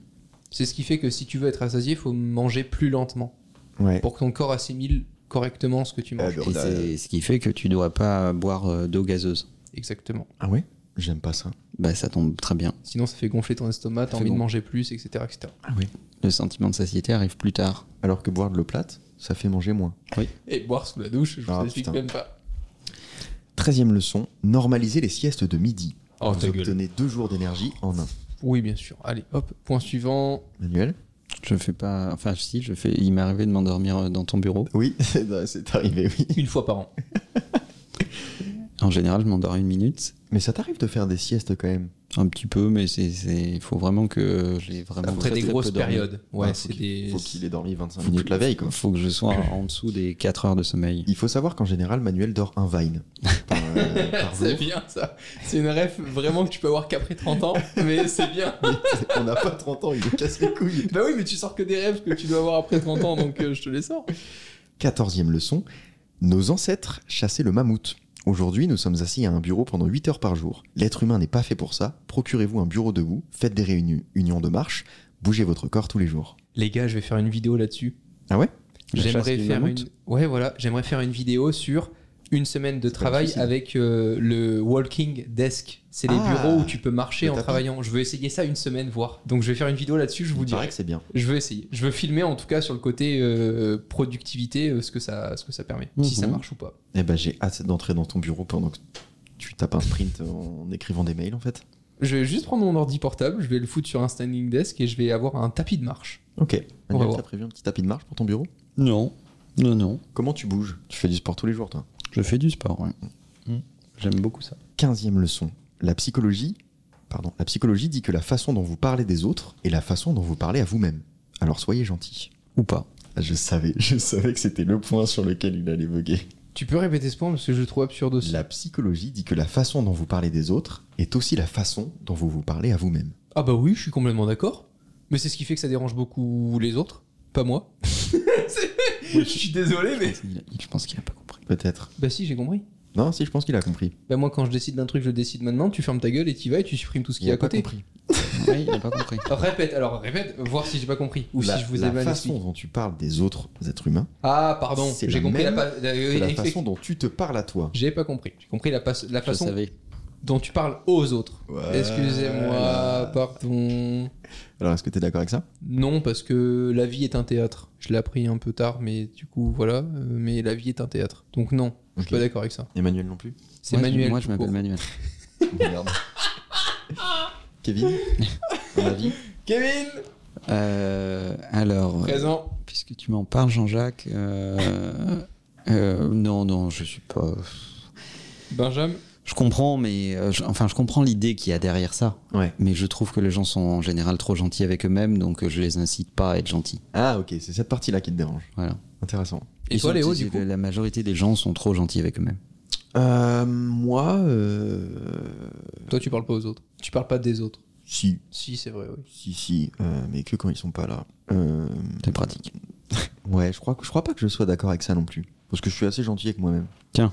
B: C'est ce qui fait que si tu veux être rassasié, il faut manger plus lentement
A: Ouais.
B: pour que ton corps assimile correctement ce que tu manges.
A: Ah,
C: Et c'est ce qui fait que tu dois pas boire euh, d'eau gazeuse.
B: Exactement.
A: Ah ouais J'aime pas ça.
C: Bah, ça tombe très bien.
B: Sinon, ça fait gonfler ton estomac, t'as
C: Ça
B: envie
C: gonfle.
B: de manger plus, etc., etc.
A: Ah ouais.
C: Le sentiment de satiété arrive plus tard.
A: Alors que boire de l'eau plate, ça fait manger moins.
B: Et boire sous la douche, je vous
A: Ah,
B: explique
A: putain.
B: même pas.
A: Treizième leçon, normaliser les siestes de midi.
B: Oh,
A: Vous
B: ta gueule.
A: obtenez deux jours d'énergie en un.
B: Oui, bien sûr. Allez, hop, point suivant.
A: Manuel
C: Je fais pas. Enfin, si, je fais. Il m'est arrivé de m'endormir euh, dans ton bureau.
A: Oui, c'est c'est arrivé, oui.
B: Une fois par an.
C: En général, je m'endors une minute.
A: Mais ça t'arrive de faire des siestes quand même
C: Un petit peu, mais c'est. Il faut vraiment que j'ai vraiment.
B: Après
C: très,
B: des
C: très peu
B: grosses
C: dormi.
B: périodes. Ouais,
A: Ah, faut
B: c'est
A: qu'il-
B: des.
A: Faut qu'il ait dormi 25
C: Faut
A: minutes
C: que-
A: la veille, quoi.
C: Faut que je sois en dessous des 4 heures de sommeil.
A: Il faut savoir qu'en général, Manuel dort un vine par, euh, par jour.
B: C'est bien ça. C'est une ref vraiment que tu peux avoir qu'après 30 ans, mais c'est bien.
A: On n'a pas 30 ans, il nous casse les couilles.
B: Bah oui, mais tu sors que des rêves que tu dois avoir après 30 ans, donc euh, je te les sors.
A: Quatorzième leçon, nos ancêtres chassaient le mammouth. Aujourd'hui, nous sommes assis à un bureau pendant 8 heures par jour. L'être humain n'est pas fait pour ça. Procurez-vous un bureau debout, faites des réunions unions de marche, bougez votre corps tous les jours.
B: Les gars, je vais faire une vidéo là-dessus.
A: Ah ouais
C: La
B: J'aimerais
C: chasse du
B: faire une.
C: mammouth
B: Ouais, voilà. J'aimerais faire une vidéo sur une semaine de travail
A: difficile.
B: avec euh, le walking desk. C'est les
A: Ah,
B: bureaux où tu peux marcher
A: le
B: en
A: tapis.
B: travaillant. Je veux essayer ça une semaine, voir. Donc je vais faire une vidéo là-dessus. Je vous
A: Il paraît
B: dirai.
A: que c'est bien.
B: Je veux essayer. Je veux filmer en tout cas sur le côté euh, productivité, euh, ce que ça, ce que ça permet, si ça
C: Mhm.
B: marche ou pas.
A: Eh ben, j'ai hâte d'entrer dans ton bureau pendant que tu tapes un sprint en écrivant des mails, en fait.
B: Je vais juste prendre mon ordi portable, je vais le foutre sur un standing desk et je vais avoir un tapis de marche.
A: Ok.
B: On va
A: Manuel,
B: voir.
A: t'as prévu un petit tapis de marche pour ton bureau
C: Non, non, non.
A: Comment tu bouges Tu fais du sport tous les jours, toi.
C: Je fais du sport, ouais. Hmm. J'aime beaucoup ça.
A: Quinzième leçon. La psychologie, pardon, la psychologie dit que la façon dont vous parlez des autres est la façon dont vous parlez à vous-même. Alors soyez gentil.
C: Ou pas.
A: Je savais, je savais que c'était le point sur lequel il allait voguer.
B: Tu peux répéter ce point parce que je le trouve absurde aussi.
A: La psychologie dit que la façon dont vous parlez des autres est aussi la façon dont vous vous parlez à vous-même.
B: Ah bah oui, je suis complètement d'accord. Mais c'est ce qui fait que ça dérange beaucoup les autres, pas moi. C'est- je suis désolé, mais.
C: Il- il- je pense qu'il a pas compris.
A: Peut-être.
B: Bah si, j'ai compris.
A: Non, si, je pense qu'il a compris.
B: Bah moi, quand je décide d'un truc, je le décide maintenant, tu fermes ta gueule et t'y vas et tu supprimes tout ce qui
A: Il
B: est
A: a
B: à
A: pas
B: côté.
A: compris.
C: oui, il a pas compris.
B: Répète, alors répète, voir si j'ai pas compris ou
A: la
B: si je vous ai
A: la
B: mal
A: façon
B: expliqué.
A: dont tu parles des autres êtres humains,
B: Ah, pardon,
A: C'est
B: j'ai
A: la
B: compris la,
A: même-
B: pa- la-
A: c'est la
B: explique-
A: façon dont tu te parles à toi.
B: J'ai pas compris. J'ai compris la, pas- la
C: Je
B: façon
C: savais.
B: dont tu parles aux autres.
A: Voilà.
B: Excusez-moi, pardon.
A: Alors, est-ce que tu es d'accord avec ça
B: Non, parce que la vie est un théâtre. Je l'ai appris un peu tard, mais du coup, voilà. Euh, Mais la vie est un théâtre. Donc non, je
A: Ok.
B: suis pas d'accord avec ça.
A: Emmanuel non plus
B: C'est
C: Moi, je-
B: Manuel.
C: Moi, je
B: tout
C: m'appelle
B: court.
C: Manuel.
A: Merde. Kevin, un avis
B: Kevin
C: Euh, alors,
B: Présent.
C: puisque tu m'en parles, Jean-Jacques, euh, euh, non, non, je suis pas.
B: Benjamin
C: Je comprends, mais euh, je- enfin, je comprends l'idée qu'il y a derrière ça.
A: Ouais.
C: Mais je trouve que les gens sont en général trop gentils avec eux-mêmes, donc euh, je les incite pas à être gentils.
A: Ah, ok, c'est cette partie-là qui te dérange.
C: Voilà.
A: Intéressant.
B: Et toi,
C: surtout,
B: Léo,
C: c'est
B: du coup
C: que La majorité des gens sont trop gentils avec eux-mêmes.
A: Euh, moi, euh,
B: Toi, tu parles pas aux autres. Tu parles pas des autres.
A: si,
B: Si, c'est vrai, oui.
A: si, si, euh, mais que quand ils sont pas là. Euh,
C: C'est pratique.
A: ouais, je crois, que- je crois pas que je sois d'accord avec ça non plus, parce que je suis assez gentil avec moi-même.
C: Tiens.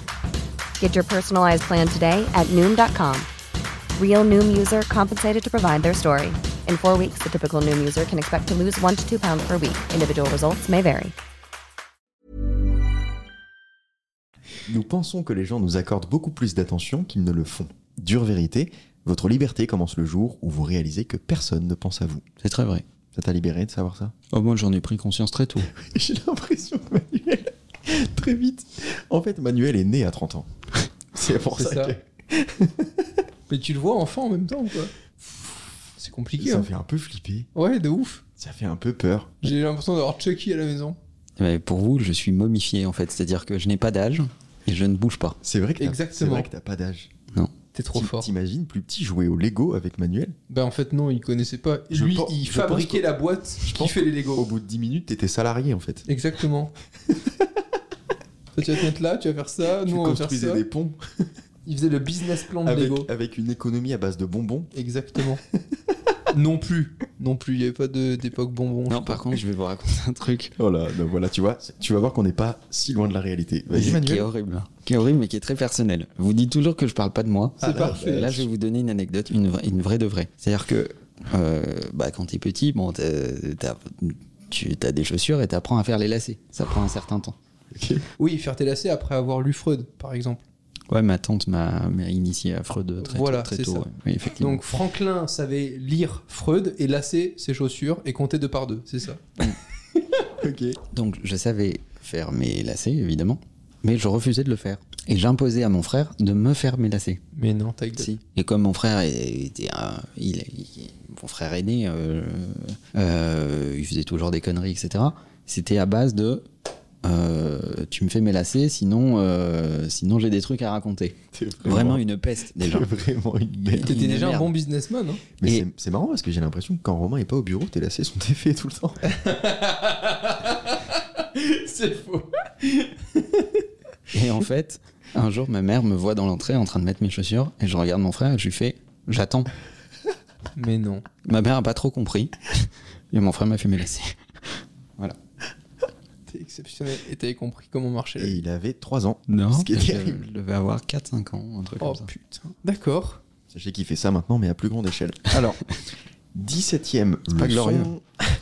D: Get your personalized plan today at Noom.com. Real Noom user compensated to provide their story. In four weeks, the typical Noom user can expect to lose one to two pounds per week. Individual results may vary.
A: Nous pensons que les gens nous accordent beaucoup plus d'attention qu'ils ne le font. Dure vérité, votre liberté commence le jour où vous réalisez que personne ne pense à vous.
C: C'est très vrai.
A: Ça t'a libéré de savoir ça
C: Oh, moi, j'en ai pris conscience très tôt.
A: J'ai l'impression que Manuel, très vite. En fait, Manuel est né à 30 ans. C'est pour
B: C'est
A: ça,
B: ça.
A: que
B: Mais tu le vois enfant en même temps, quoi. C'est compliqué,
A: ça
B: hein.
A: fait un peu flipper.
B: Ouais, de ouf.
A: Ça fait un peu peur.
B: J'ai l'impression d'avoir Chucky à la maison.
C: Mais pour vous, je suis momifié en fait. C'est-à-dire que je n'ai pas d'âge et je ne bouge pas.
A: C'est vrai que t'as- c'est
B: Exactement.
A: vrai que t'as pas d'âge.
B: T'es trop
A: T'im-
B: fort.
A: T'imagines plus petit jouer au Lego avec Manuel
B: Ben en fait, non, il connaissait pas.
A: Je
B: Lui,
A: pen-
B: il
A: je pense
B: fabriquait
A: que-
B: la boîte qui
A: pense
B: fait les
A: Au
B: Lego.
A: bout de 10 minutes, t'étais salarié en fait.
B: Exactement. Toi, tu vas te mettre là, tu vas faire ça,
A: tu
B: nous on va faire
A: construisais
B: ça.
A: des ponts
B: Il faisait le business plan de
A: avec,
B: Lego.
A: avec une économie à base de bonbons.
B: Exactement. non plus. Non plus, il n'y avait pas de- d'époque bonbon.
C: Non, par contre, je vais vous raconter un truc
A: Oh là, ben voilà, tu vois, c'est- tu vas voir qu'on n'est pas si loin de la réalité. Vas-y,
C: qui est
A: Manuel.
C: horrible. hein. Qui est horrible, mais qui est très personnel. Vous dites toujours que je parle pas de moi. Ah, bah,
B: C'est parfait.
C: Là, je vais vous donner une anecdote, une, vraie- une vraie de vraie. C'est-à-dire que euh, bah, quand t'es petit, bon, t'as- t'as- tu as des chaussures et t'apprends à faire les lacets. Ça prend un certain temps.
B: Oui, faire tes lacets après avoir lu Freud, par exemple.
C: Ouais, ma tante m'a m'a initié à Freud très,
B: Voilà,
C: tôt, très
B: c'est
C: tôt.
B: ça.
C: ouais. Oui, effectivement.
B: Donc Franklin savait lire Freud et lacer ses chaussures et compter deux par deux, c'est ça.
A: Ok.
C: Donc je savais faire mes lacets, évidemment, mais je refusais de le faire. Et j'imposais à mon frère de me faire mes lacets.
B: Mais non, t'as
C: Si. Et comme mon frère était un- il, il- mon frère aîné, euh, euh, il faisait toujours des conneries, etc. C'était à base de euh, tu me fais mes lacets, sinon, euh, sinon j'ai des trucs à raconter.
A: T'es
C: Vraiment une peste
A: t'es
C: déjà.
A: vraiment une bête.
B: T'étais
C: Une
B: déjà un
C: merde.
B: bon businessman, hein
A: Mais
C: Et-
A: c'est- c'est marrant parce que j'ai l'impression que quand Romain est pas au bureau, tes lacets sont défaits tout le temps.
B: C'est faux.
C: Et en fait, un jour, ma mère me voit dans l'entrée en train de mettre mes chaussures et je regarde mon frère et je lui fais j'attends.
B: Mais non.
C: Ma mère a pas trop compris et mon frère m'a fait mes lacets.
B: T'es exceptionnel et t'avais compris comment marcher la
A: Et
B: vie.
A: il avait 3 ans.
C: Non,
A: Ce qui est
C: je,
B: Euh,
A: terrible.
C: je devais avoir 4-5 ans, un truc
B: Oh
C: comme ça.
B: putain. D'accord.
A: Sachez qu'il fait ça maintenant, mais à plus grande échelle. Alors, 17ème leçon.
C: pas glorieux.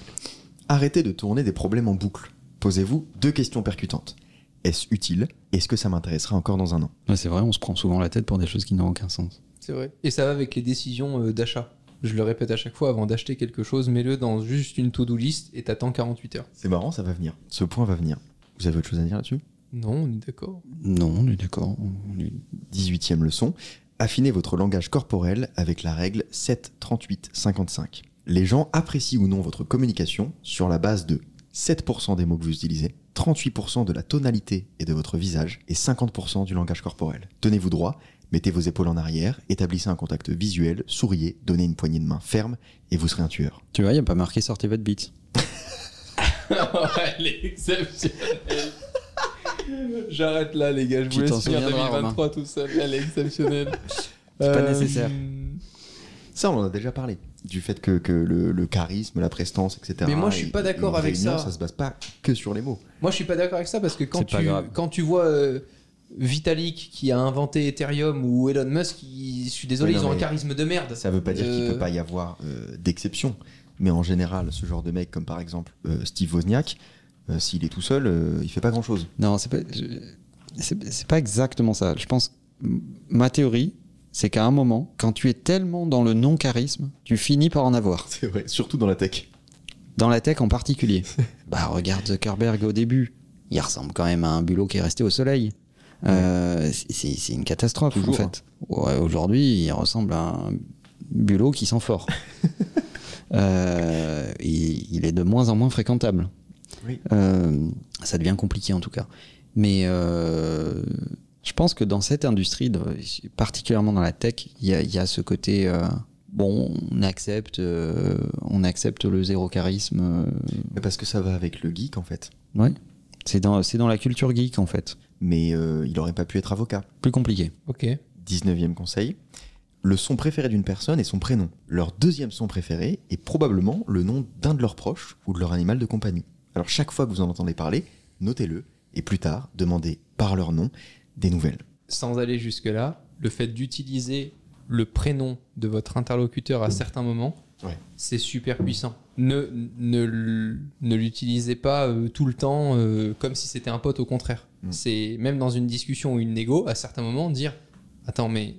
A: Arrêtez de tourner des problèmes en boucle. Posez-vous deux questions percutantes. Est-ce utile Est-ce que ça m'intéressera encore dans un an
C: Ouais, c'est vrai, on se prend souvent la tête pour des choses qui n'ont aucun sens.
B: C'est vrai. Et ça va avec les décisions euh, d'achat. Je le répète à chaque fois, avant d'acheter quelque chose, mets-le dans juste une to-do list et t'attends 48 heures.
A: C'est marrant, ça va venir. Ce point va venir. Vous avez autre chose à dire là-dessus
B: Non, on est d'accord.
C: Non, on est d'accord. on est-
A: 18e leçon. Affinez votre langage corporel avec la règle 7, 38, 55. Les gens apprécient ou non votre communication sur la base de 7% des mots que vous utilisez, 38% de la tonalité et de votre visage et 50% du langage corporel. Tenez-vous droit, mettez vos épaules en arrière, établissez un contact visuel, souriez, donnez une poignée de main ferme et vous serez un tueur.
C: Tu vois, il n'y a pas marqué sortez votre bite.
B: Elle est exceptionnelle. J'arrête là, les gars. Je
C: Tu
B: vous
C: t'en
B: laisse finir
C: souviendras,
B: 2023 tout seul. Elle est exceptionnelle. Euh,
C: C'est pas nécessaire.
A: Ça, on en a déjà parlé, du fait que, que le, le charisme, la prestance, etc.
B: Mais moi, je suis
A: et-
B: pas
A: et
B: d'accord
A: une
B: avec
A: réunion,
B: ça.
A: Ça se base pas que sur les mots.
B: Moi, je suis pas d'accord avec ça parce que quand
C: C'est pas
B: tu,
C: grave.
B: quand tu vois euh, Vitalik qui a inventé Ethereum ou Elon Musk, qui- je suis désolé,
A: Oui, non,
B: ils ont un
A: mais
B: charisme de merde.
A: Ça veut pas dire qu'il
B: Euh,
A: peut pas y avoir euh, d'exception. Mais en général, ce genre de mec, comme par exemple euh, Steve Wozniak, euh, s'il est tout seul, euh, il fait pas grand chose.
C: Non, c'est pas, je- c'est c'est pas exactement ça. Je pense, ma théorie, c'est qu'à un moment, quand tu es tellement dans le non-charisme, tu finis par en avoir.
A: C'est vrai, surtout dans la tech.
C: Dans la tech en particulier. bah, regarde Zuckerberg au début. Il ressemble quand même à un bulot qui est resté au soleil. Euh, c'est- c'est c'est une catastrophe, en
A: Toujours,
C: fait. Ouais, Aujourd'hui, il ressemble à un bulot qui sent fort. Euh, il, il est de moins en moins fréquentable.
A: Oui.
C: Euh, ça devient compliqué, en tout cas. Mais euh, je pense que dans cette industrie, de- particulièrement dans la tech, il y, a- il y a ce côté. euh, Bon, on accepte, euh, on accepte le zéro charisme. euh,
A: Mais parce que ça va avec le geek, en fait.
C: Ouais. C'est dans, c'est dans la culture geek, en fait.
A: Mais euh, il aurait pas pu être avocat.
C: Plus compliqué.
B: Ok.
A: 19e conseil. Le son préféré d'une personne est son prénom. Leur deuxième son préféré est probablement le nom d'un de leurs proches ou de leur animal de compagnie. Alors chaque fois que vous en entendez parler, notez-le et plus tard, demandez par leur nom des nouvelles.
B: Sans aller jusque-là, le fait d'utiliser le prénom de votre interlocuteur à certains moments,
A: Mmh. Ouais.
B: c'est super puissant. Ne, ne, l- ne l'utilisez pas euh, tout le temps euh, comme si c'était un pote, au contraire.
A: Mm.
B: C'est même dans une discussion ou une négo, à certains moments, dire Attends, mais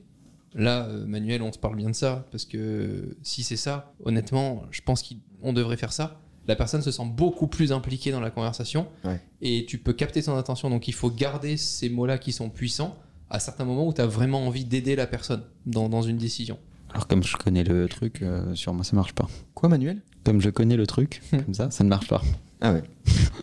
B: là, euh, Manuel, on se parle bien de ça, parce que euh, si c'est ça, honnêtement, je pense qu'on devrait faire ça. La personne se sent beaucoup plus impliquée dans la conversation
A: Ouais.
B: et tu peux capter son attention. Donc il faut garder ces mots-là qui sont puissants à certains moments où tu as vraiment envie d'aider la personne dans, dans une décision.
C: Alors, comme je connais le truc, euh, sur moi, ça marche pas.
A: Quoi Manuel
C: Comme je connais le truc, comme ça, ça ne marche pas.
A: Ah ouais.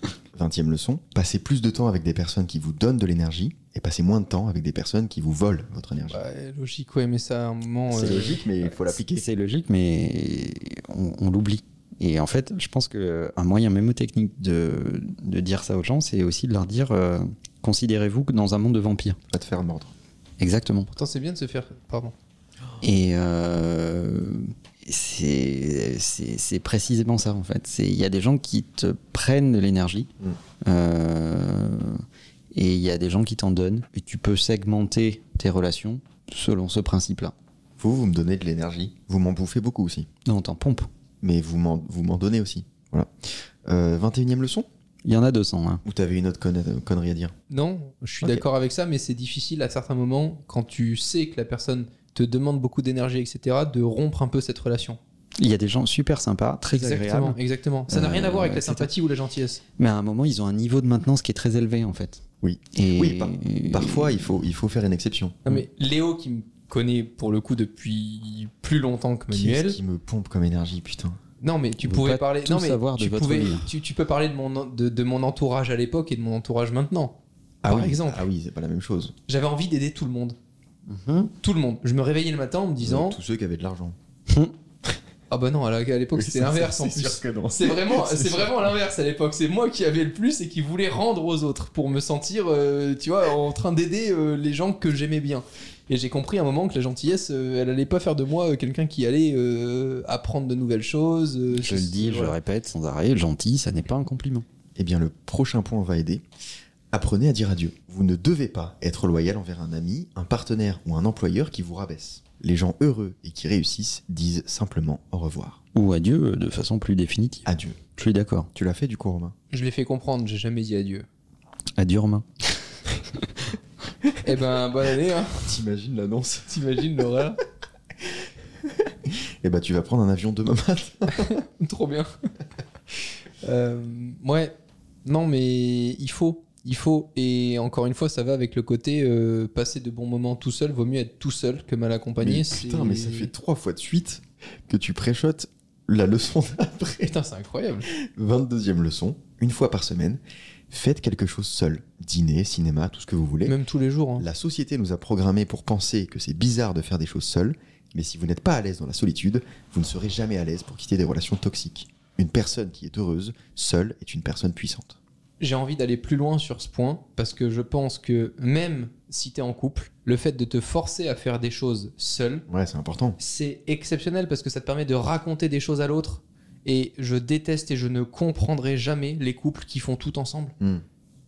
A: 20e leçon. Passez plus de temps avec des personnes qui vous donnent de l'énergie et passez moins de temps avec des personnes qui vous volent votre énergie.
B: Bah, logique, ouais, mais ça, à un moment. euh,
A: C'est logique, mais il faut l'appliquer.
C: C'est logique, mais on, on l'oublie. Et en fait, je pense qu'un moyen mémotechnique de, de dire ça aux gens, c'est aussi de leur dire euh, considérez-vous que dans un monde de vampires.
A: Pas te faire mordre.
C: Exactement.
B: Pourtant, c'est bien de se faire. Pardon.
C: Et euh, c'est c'est- c'est précisément ça en fait. C'est- Il y a des gens qui te prennent de l'énergie
A: Mm.
C: euh, et il y a des gens qui t'en donnent. Et tu peux segmenter tes relations selon ce principe-là.
A: Vous, vous me donnez de l'énergie. Vous m'en bouffez beaucoup aussi.
C: Non, t'en pompe.
A: Mais vous m'en vous m'en donnez aussi. Voilà. Euh, 21e leçon
C: Il y en a 200. Hein.
A: Ou t'avais une autre conne- connerie à dire
B: Non, je suis
A: Ok.
B: d'accord avec ça, mais c'est difficile à certains moments, quand tu sais que la personne te demande beaucoup d'énergie, etc., de rompre un peu cette relation.
C: Il y a des gens super sympas, très
B: Exactement,
C: agréables.
B: exactement. Ça n'a
C: Euh,
B: rien à voir avec la
C: etc.
B: sympathie ou la gentillesse.
C: Mais à un moment, ils ont un niveau de maintenance qui est très élevé en fait.
A: Oui.
C: Et
A: Oui, par- Parfois, il faut, il faut faire une exception.
B: Non, Ah, mais
C: Mm.
B: Léo, qui me connaît pour le coup depuis plus longtemps que
A: Qui est-ce
B: Manuel,
A: qui me pompe comme énergie, putain
B: Non, mais tu
C: On peut
B: pouvais
C: pas
B: parler.
C: tout
B: Non, mais
C: savoir de
B: tu,
C: votre
B: pouvais-
C: vie.
B: tu, tu peux parler de mon, en- de, de mon entourage à l'époque et de mon entourage maintenant. par
A: oui.
B: exemple,
A: Ah oui, c'est pas la même chose.
B: j'avais envie d'aider tout le monde.
C: Mhm.
B: Tout le monde. Je me réveillais le matin en me disant
A: Tous ceux qui avaient de l'argent.
B: Ah bah non, à la- à l'époque
A: Oui,
B: c'était
A: ça,
B: l'inverse
A: ça,
B: en
A: c'est sûr
B: plus.
A: que non.
B: C'est vraiment,
A: C'est
B: c'est
A: sûr.
B: vraiment l'inverse à l'époque. C'est moi qui avais le plus et qui voulais rendre aux autres pour me sentir, euh, tu vois, en train d'aider euh, les gens que j'aimais bien. Et j'ai compris à un moment que la gentillesse, euh, elle allait pas faire de moi euh, quelqu'un qui allait euh, apprendre de nouvelles choses. euh,
C: Je le dis, je
B: voilà.
C: le répète sans arrêt, gentil, ça n'est pas un compliment.
A: Eh bien, le prochain point va aider. Apprenez à dire adieu. Vous ne devez pas être loyal envers un ami, un partenaire ou un employeur qui vous rabaisse. Les gens heureux et qui réussissent disent simplement au revoir.
C: Ou adieu euh, de façon plus définitive.
A: Adieu.
C: Je suis d'accord.
A: Tu l'as fait du coup, Romain
B: Je l'ai fait comprendre, j'ai jamais dit adieu.
C: Adieu Romain.
B: Eh ben, bonne année, hein.
A: T'imagines l'annonce
B: T'imagines l'horreur
A: Eh ben, tu vas prendre un avion demain matin.
B: Trop bien. Euh, ouais. Non, mais il faut. Il faut. Et encore une fois, ça va avec le côté euh, passer de bons moments tout seul. Vaut mieux être tout seul que mal accompagné.
A: Mais
B: c'est-
A: putain, mais ça fait trois fois de suite que tu préchotes la leçon d'après.
B: Putain, c'est incroyable.
A: 22e leçon, une fois par semaine, faites quelque chose seul. Dîner, cinéma, tout ce que vous voulez.
B: Même tous les jours. hein.
A: La société nous a programmés pour penser que c'est bizarre de faire des choses seules, mais si vous n'êtes pas à l'aise dans la solitude, vous ne serez jamais à l'aise pour quitter des relations toxiques. Une personne qui est heureuse, seule, est une personne puissante.
B: J'ai envie d'aller plus loin sur ce point parce que je pense que même si t'es en couple, le fait de te forcer à faire des choses seul,
A: Ouais, c'est important.
B: c'est exceptionnel parce que ça te permet de raconter des choses à l'autre. Et je déteste et je ne comprendrai jamais les couples qui font tout ensemble.
A: Hmm.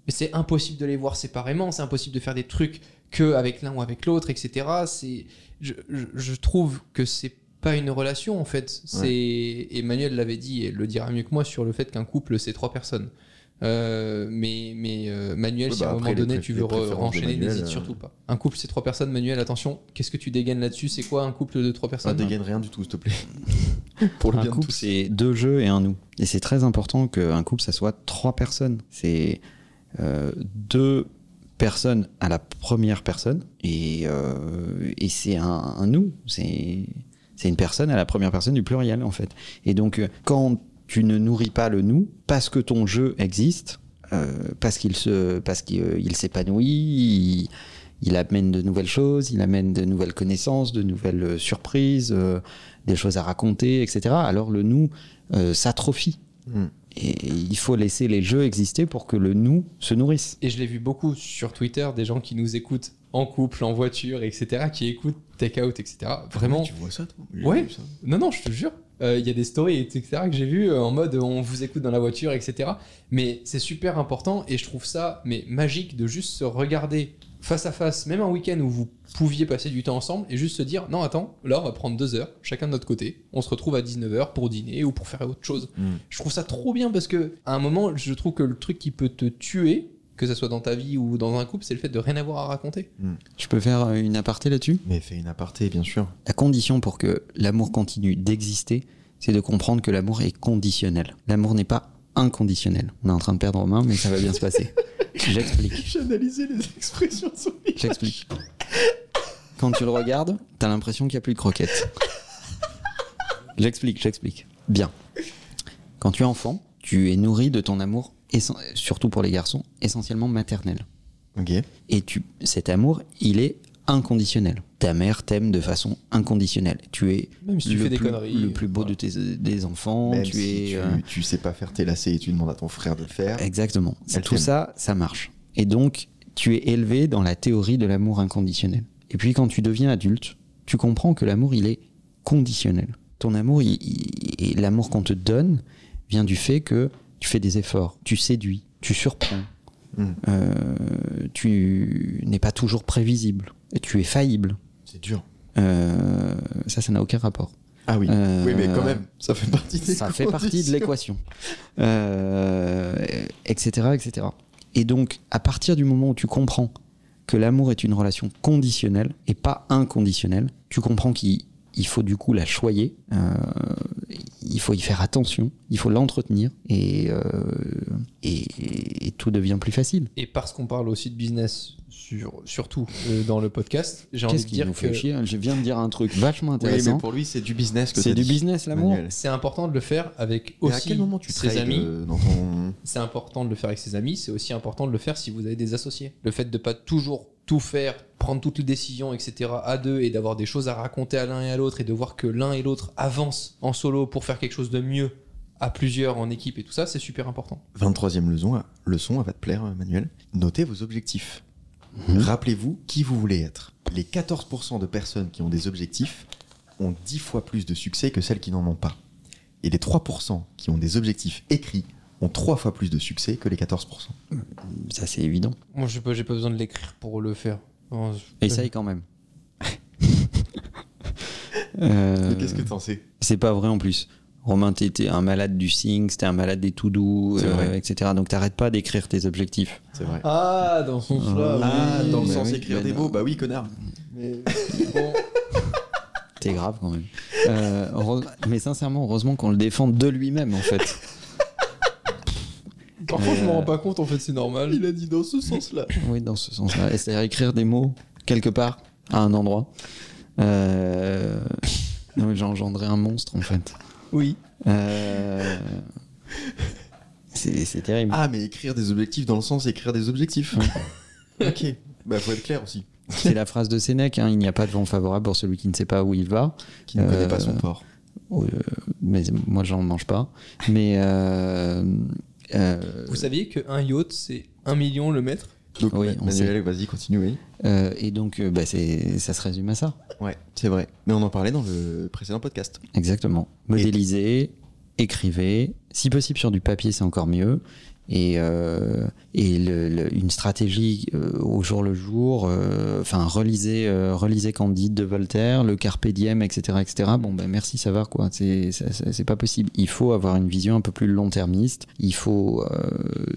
B: mais c'est impossible de les voir séparément, c'est impossible de faire des trucs que avec l'un ou avec l'autre, etc. C'est, je, je- je trouve que c'est pas une relation en fait. C'est Emmanuel l'avait dit et le dira mieux que moi sur le fait qu'un couple c'est trois personnes. Euh, mais mais euh, Manuel,
A: Oui,
B: si
A: bah,
B: à un moment
A: après, les
B: donné
A: pré-
B: tu
A: les
B: veux re-
A: préférences de
B: enchaîner,
A: Manuel,
B: n'hésite
A: euh,
B: surtout pas. Un couple c'est trois personnes, Manuel, attention. Qu'est-ce que tu dégaines là-dessus C'est quoi un couple de trois
A: Ça
B: personnes
A: dégaine rien du tout, s'il te plaît. Pour le
C: Un
A: bien de
C: couple,
A: tous.
C: c'est deux jeux et un nous. Et c'est très important qu'un couple, ça soit trois personnes. C'est euh, deux personnes à la première personne et, euh, et c'est un, un nous. C'est c'est une personne à la première personne du pluriel, en fait. Et donc, euh, quand tu ne nourris pas le nous, parce que ton jeu existe, euh, parce qu'il se, parce qu'il euh, il s'épanouit, il, il amène de nouvelles choses, il amène de nouvelles connaissances, de nouvelles euh, surprises, euh, des choses à raconter, etc. Alors le nous euh, s'atrophie.
A: Mm.
C: Et il faut laisser les jeux exister pour que le nous se nourrisse.
B: et je l'ai vu beaucoup sur Twitter, des gens qui nous écoutent en couple, en voiture, etc., qui écoutent Take Out, etc. Vraiment.
A: Tu vois ça, toi J'ai
B: Ouais.
A: vu ça.
B: Non, non, je te jure. Euh, Il y a des stories, etc., que j'ai vues euh, en mode euh, on vous écoute dans la voiture, etc. Mais c'est super important et je trouve ça mais magique de juste se regarder face à face, même un week-end où vous pouviez passer du temps ensemble et juste se dire non, attends, là on va prendre deux heures, chacun de notre côté, on se retrouve à 19h pour dîner ou pour faire autre chose.
A: Mm.
B: Je trouve ça trop bien parce que à un moment, je trouve que le truc qui peut te tuer, que ce soit dans ta vie ou dans un couple, c'est le fait de rien avoir à raconter.
C: Je peux faire euh, une aparté là-dessus
A: Mais fais une aparté, bien sûr.
C: La condition pour que l'amour continue d'exister, c'est de comprendre que l'amour est conditionnel. L'amour n'est pas inconditionnel. On est en train de perdre Romain, mais ça va bien se passer. J'explique.
B: J'ai analysé les expressions sur
C: J'explique. Quand tu le regardes, t'as l'impression qu'il n'y a plus de croquettes. J'explique, j'explique. Bien. Quand tu es enfant, tu es nourri de ton amour, essen- surtout pour les garçons, essentiellement maternel.
A: Ok.
C: Et tu, cet amour, il est inconditionnel. Ta mère t'aime de façon inconditionnelle. Tu es
B: Même si tu
C: le,
B: fais des
C: plus,
B: conneries,
C: le plus beau
B: voilà.
C: de tes des enfants.
A: Même
C: tu
A: si
C: es
A: tu,
C: euh,
A: tu sais pas faire tes lacets et tu demandes à ton frère de le faire.
C: exactement.
A: Elle
C: Tout
A: t'aime.
C: ça, ça marche. Et donc, tu es élevé dans la théorie de l'amour inconditionnel. Et puis, quand tu deviens adulte, tu comprends que l'amour, il est conditionnel. Ton amour, il- il- et l'amour qu'on te donne, vient du fait que tu fais des efforts, tu séduis, tu surprends,
A: Mm.
C: euh, tu n'es pas toujours prévisible, tu es faillible.
A: C'est dur.
C: Euh, ça, ça n'a aucun rapport.
A: Ah oui.
C: Euh,
A: Oui, mais quand même, ça fait partie des
C: Ça fait partie de
A: conditions.
C: l'équation. Euh, etc., etc. Et donc, à partir du moment où tu comprends que l'amour est une relation conditionnelle et pas inconditionnelle, tu comprends qu'il il faut du coup la choyer, euh, il faut y faire attention, il faut l'entretenir et, euh, et, et tout devient plus facile.
B: Et parce qu'on parle aussi de business, sur, surtout euh, dans le podcast, j'ai envie
C: Qu'est-ce
B: de
C: qui
B: dire
C: nous
B: que
C: fait chier Je viens de dire un truc vachement
A: Oui,
C: intéressant.
A: mais pour lui, c'est du business que
C: C'est
A: t'as
C: du
A: dit,
C: business l'amour.
A: Manuel.
B: c'est important de le faire avec
A: Mais
B: aussi
A: à quel moment tu
B: ses
A: trades,
B: amis.
A: euh, dans ton...
B: C'est important de le faire avec ses amis, c'est aussi important de le faire si vous avez des associés. Le fait de pas toujours tout faire, prendre toutes les décisions, etc. à deux et d'avoir des choses à raconter à l'un et à l'autre et de voir que l'un et l'autre avancent en solo pour faire quelque chose de mieux à plusieurs en équipe et tout ça, c'est super important.
A: 23e leçon, euh, leçon, elle va te plaire, euh, Manuel. Notez vos objectifs.
C: Mhm.
A: Rappelez-vous qui vous voulez être. Les 14% de personnes qui ont des objectifs ont 10 fois plus de succès que celles qui n'en ont pas. Et les 3% qui ont des objectifs écrits ont 3 fois plus de succès que les 14%.
C: Ça c'est évident.
B: Moi, je j'ai pas besoin de l'écrire pour le faire.
C: Essaye quand même. Euh,
A: t'en sais
C: c'est pas vrai en plus. Romain, t'étais un malade du Sync, c'était un malade des to do,
A: C'est
C: euh,
A: vrai.
C: etc. Donc t'arrêtes pas d'écrire tes objectifs.
A: C'est vrai.
B: Ah, dans son
C: sens-là, Ah, oui. dans le
A: Bah
C: sens
A: oui,
C: écrire
A: bah
C: des
A: non.
C: mots,
A: Bah oui, connard.
C: T'es grave quand même. Euh, heureux- Mais sincèrement, heureusement qu'on le défend de lui-même en fait.
B: Par
C: contre, je m'en rends pas
B: compte, en fait, c'est normal.
A: Il a dit dans ce sens-là.
C: Oui, dans ce sens-là. Et C'est-à-dire écrire des mots quelque part, à un endroit. Euh... Non, mais j'ai engendré un monstre en fait.
B: Oui.
C: Euh, C'est c'est terrible.
A: Ah, mais écrire des objectifs dans le sens écrire des objectifs. ok. Bah faut être clair aussi.
C: C'est la phrase de Sénèque, hein, il n'y a pas de vent favorable pour celui qui ne sait pas où il va.
A: Qui ne connaît
C: Euh,
A: pas son port.
C: Euh, mais moi, j'en mange pas. Mais euh, euh,
B: Vous saviez qu'un yacht, c'est 1 million le mètre
A: Donc
C: oui, on
A: Manuel, vas-y, continue. oui.
C: euh, et donc, euh, bah, c'est- ça se résume à ça.
A: Ouais, c'est vrai. Mais on en parlait dans le précédent podcast.
C: Exactement. Modélisez, écrivez, si possible sur du papier, c'est encore mieux. et, euh, et le- le- une stratégie euh, au jour le jour. euh, Enfin, relisez, euh, relisez Candide de Voltaire, le Carpe Diem, etc., etc. Bon, ben merci Savard, quoi. C'est c'est- c'est- c'est pas possible. Il faut avoir une vision un peu plus long-termiste. Il faut euh,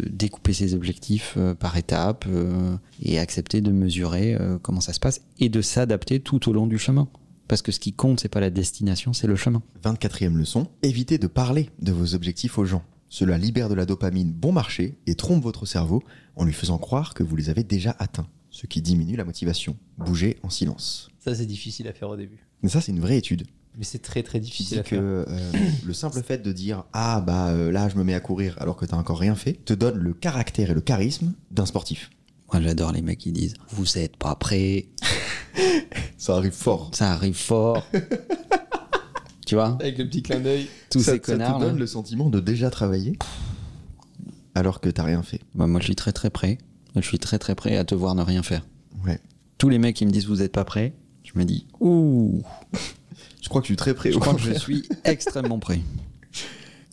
C: découper ses objectifs euh, par étapes euh, et accepter de mesurer euh, comment ça se passe et de s'adapter tout au long du chemin. Parce que ce qui compte, c'est pas la destination, c'est le chemin.
A: 24e leçon, évitez de parler de vos objectifs aux gens. Cela libère de la dopamine bon marché et trompe votre cerveau en lui faisant croire que vous les avez déjà atteints, ce qui diminue la motivation. Bougez en silence.
B: Ça, c'est difficile à faire au début.
A: Mais ça, c'est une vraie étude
B: Mais c'est très très
A: qui
B: difficile
A: dit
B: à
A: que
B: faire.
A: euh, le simple fait de dire Ah, bah euh, là, je me mets à courir alors que t'as encore rien fait, te donne le caractère et le charisme d'un sportif.
C: Moi, j'adore les mecs qui disent Vous êtes pas prêts,
A: Ça arrive fort.
C: ça arrive fort. tu vois
B: Avec le petit clin d'œil.
C: Tous
A: ça,
C: ces
A: ça
C: connards. hein.
A: te
C: là.
A: donne le sentiment de déjà travailler alors que t'as rien fait.
C: Bah, moi, je suis très très prêt. Je suis très très prêt à te voir ne rien faire.
A: Ouais.
C: Tous les mecs qui me disent Vous êtes pas prêts, je me dis Ouh
A: Je crois que je suis très prêt.
C: Je
A: au
C: crois que je
A: contraire.
C: suis extrêmement prêt.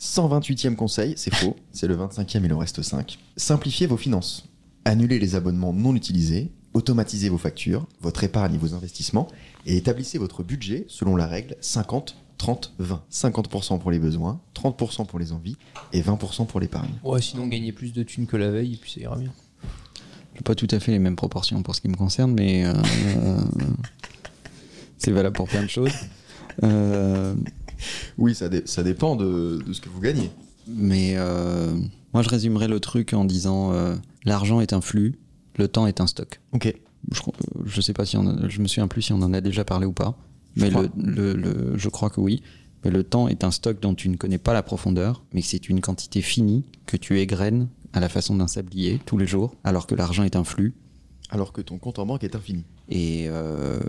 A: 128e conseil, c'est faux, c'est le 25e, il en reste 5. Simplifiez vos finances. Annulez les abonnements non utilisés, automatisez vos factures, votre épargne et vos investissements, et établissez votre budget selon la règle 50, 30, 20. 50% pour les besoins, 30% pour les envies et 20% pour l'épargne.
B: Ouais, sinon gagner plus de thunes que la veille, et puis ça ira bien.
C: J'ai pas tout à fait les mêmes proportions pour ce qui me concerne, mais euh, euh, c'est valable pour plein de choses. Euh,
A: Oui, ça, dé- ça dépend de, de ce que vous gagnez.
C: Mais euh, moi, je résumerais le truc en disant euh, l'argent est un flux, le temps est un stock.
A: Ok.
C: Je, crois- euh, je sais pas si on a- je me souviens plus si on en a déjà parlé ou pas, mais
A: crois.
C: le, le- le- je crois que oui. Mais le temps est un stock dont tu ne connais pas la profondeur, mais que c'est une quantité finie que tu égrènes à la façon d'un sablier tous les jours, alors que l'argent est un flux.
A: Alors que ton compte en banque est infini.
C: Et euh,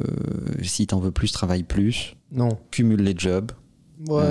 C: si t'en veux plus, travaille plus,
B: Non.
C: cumule les jobs.
B: Ouais.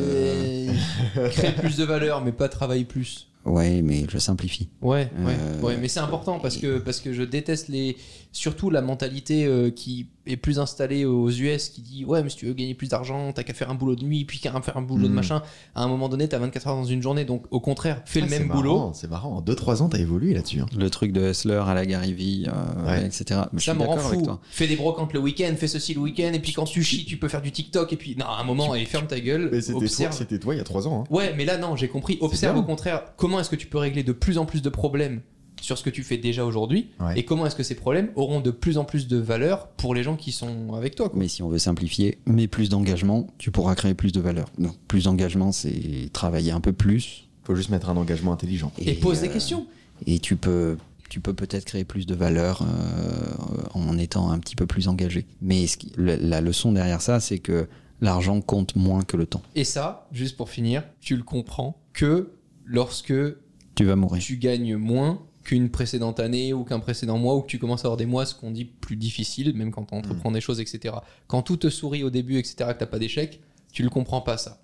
B: Crée Euh, plus de valeur, mais pas travaille plus.
C: Ouais, mais je simplifie.
B: Ouais, ouais,
C: Euh,
B: ouais, mais c'est important parce que parce que je déteste les surtout la mentalité euh, qui est plus installée aux US qui dit ouais mais si tu veux gagner plus d'argent t'as qu'à faire un boulot de nuit puis qu'à faire un boulot de
A: Mhm.
B: machin à un moment donné t'as 24 heures dans une journée donc au contraire fais
A: Ah,
B: le
A: c'est
B: même
A: marrant,
B: boulot
A: C'est marrant, en 2-3 ans, t'as évolué là-dessus. hein.
C: Le truc de Hustler à la Gary euh,
A: Ouais.
C: etc. Mais
B: ça
C: je
B: me
C: suis
B: rend
C: d'accord avec
B: fou
C: toi.
B: fais des brocantes le week-end fais ceci le week-end et puis quand tu chies tu peux faire du TikTok et puis non à un moment et ferme ta gueule
A: Mais c'était toi,
B: observe
A: c'était toi il y a 3 ans. hein.
B: Ouais, mais là, non, j'ai compris. Observe
A: bien.
B: au contraire comment est-ce que tu peux régler de plus en plus de problèmes sur ce que tu fais déjà aujourd'hui
A: Ouais.
B: et comment est-ce que ces problèmes auront de plus en plus de valeur pour les gens qui sont avec toi. quoi.
C: Mais si on veut simplifier, mais plus d'engagement, tu pourras créer plus de valeur. Donc plus d'engagement, c'est travailler un peu plus.
A: Faut juste mettre un engagement intelligent.
B: Et, pose des
C: euh,
B: questions.
C: Et tu peux, tu peux peut-être créer plus de valeur euh, en étant un petit peu plus engagé. Mais ce qui- la, la leçon derrière ça, c'est que l'argent compte moins que le temps.
B: Et ça, juste pour finir, tu le comprends que lorsque
C: Tu vas mourir.
B: tu gagnes moins qu'une précédente année ou qu'un précédent mois ou que tu commences à avoir des mois, ce qu'on dit plus difficile, même
A: Hmm.
B: quand tu entreprends des choses, etc. Quand tout te sourit au début, etc., que t'as pas d'échec, tu le comprends pas ça.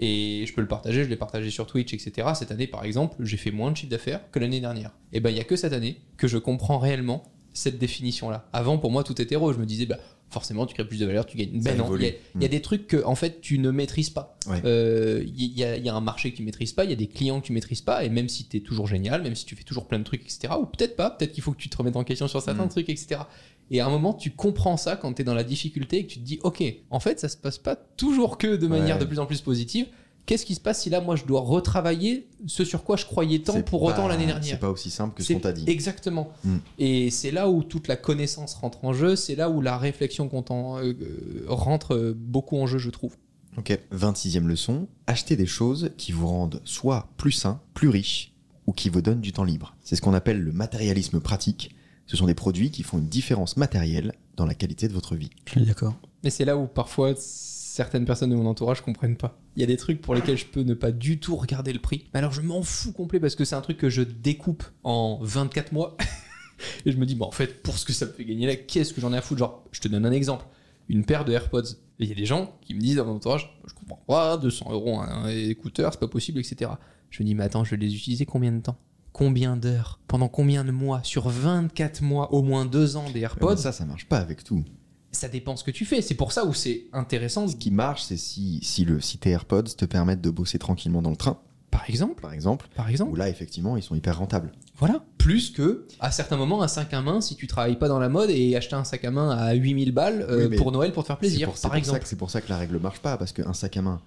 B: Et je peux le partager, je l'ai partagé sur Twitch, etc. Cette année, par exemple, j'ai fait moins de chiffre d'affaires que l'année dernière. Et ben, il y a que cette année que je comprends réellement cette définition-là. Avant, pour moi, tout était rose. Je me disais, bah, forcément, tu crées plus de valeur, tu gagnes.
A: Ça
B: Ben non, il y, a-
A: évolue. Hmm.
B: il y a des trucs que, en fait, tu ne maîtrises pas.
A: Ouais.
B: Euh, Il y, a- il y a un marché que tu maîtrises pas, il y a des clients que tu maîtrises pas, et même si tu es toujours génial, même si tu fais toujours plein de trucs, etc., ou peut-être pas, peut-être qu'il faut que tu te remettes en question sur certains
A: Mm.
B: trucs, etc. Et à un moment, tu comprends ça quand tu es dans la difficulté et que tu te dis, OK, en fait, ça se passe pas toujours que de manière
A: Ouais.
B: de plus en plus positive. Qu'est-ce qui se passe si là, moi, je dois retravailler ce sur quoi je croyais tant
A: C'est
B: pour
A: pas-
B: autant l'année
A: C'est
B: dernière
A: pas aussi simple que ce
B: C'est-
A: qu'on t'a dit.
B: Exactement.
A: Mm.
B: Et c'est là où toute la connaissance rentre en jeu, c'est là où la réflexion qu'on t'en- euh, euh, rentre euh, beaucoup en jeu, je trouve.
A: Ok. 26e leçon. Achetez des choses qui vous rendent soit plus sain, plus riche, ou qui vous donnent du temps libre. C'est ce qu'on appelle le matérialisme pratique. Ce sont des produits qui font une différence matérielle dans la qualité de votre vie.
C: Je suis d'accord.
B: Mais c'est là où parfois certaines personnes de mon entourage comprennent pas. Il y a des trucs pour lesquels je peux ne pas du tout regarder le prix. Mais alors je m'en fous complet parce que c'est un truc que je découpe en 24 mois. Et je me dis, bon, en fait, pour ce que ça me fait gagner là, qu'est-ce que j'en ai à foutre Genre, je te donne un exemple. Une paire de AirPods. Et il y a des gens qui me disent dans mon entourage, je comprends pas, 200 euros un écouteur, c'est pas possible, etc. Je me dis, mais attends, je vais les utiliser combien de temps Combien d'heures Pendant combien de mois Sur 24 mois, au moins 2 ans des
A: Mais bon,
B: AirPods
A: ça, ça marche pas avec tout.
B: ça dépend ce que tu fais. C'est pour ça où c'est intéressant.
A: Ce qui marche, c'est si, si, le, si tes AirPods te permettent de bosser tranquillement dans le train,
B: Par exemple,
A: par exemple,
B: par
A: où
B: exemple,
A: là, effectivement, ils sont hyper rentables.
B: voilà. Plus que, à certains moments, un sac à main, si tu travailles pas dans la mode et acheter un sac à main à 8000 balles euh,
A: Oui, mais
B: pour Noël pour te faire plaisir,
A: C'est pour- c'est
B: par
A: pour ça
B: exemple.
A: que- C'est pour ça que la règle marche pas, parce qu'un sac à main,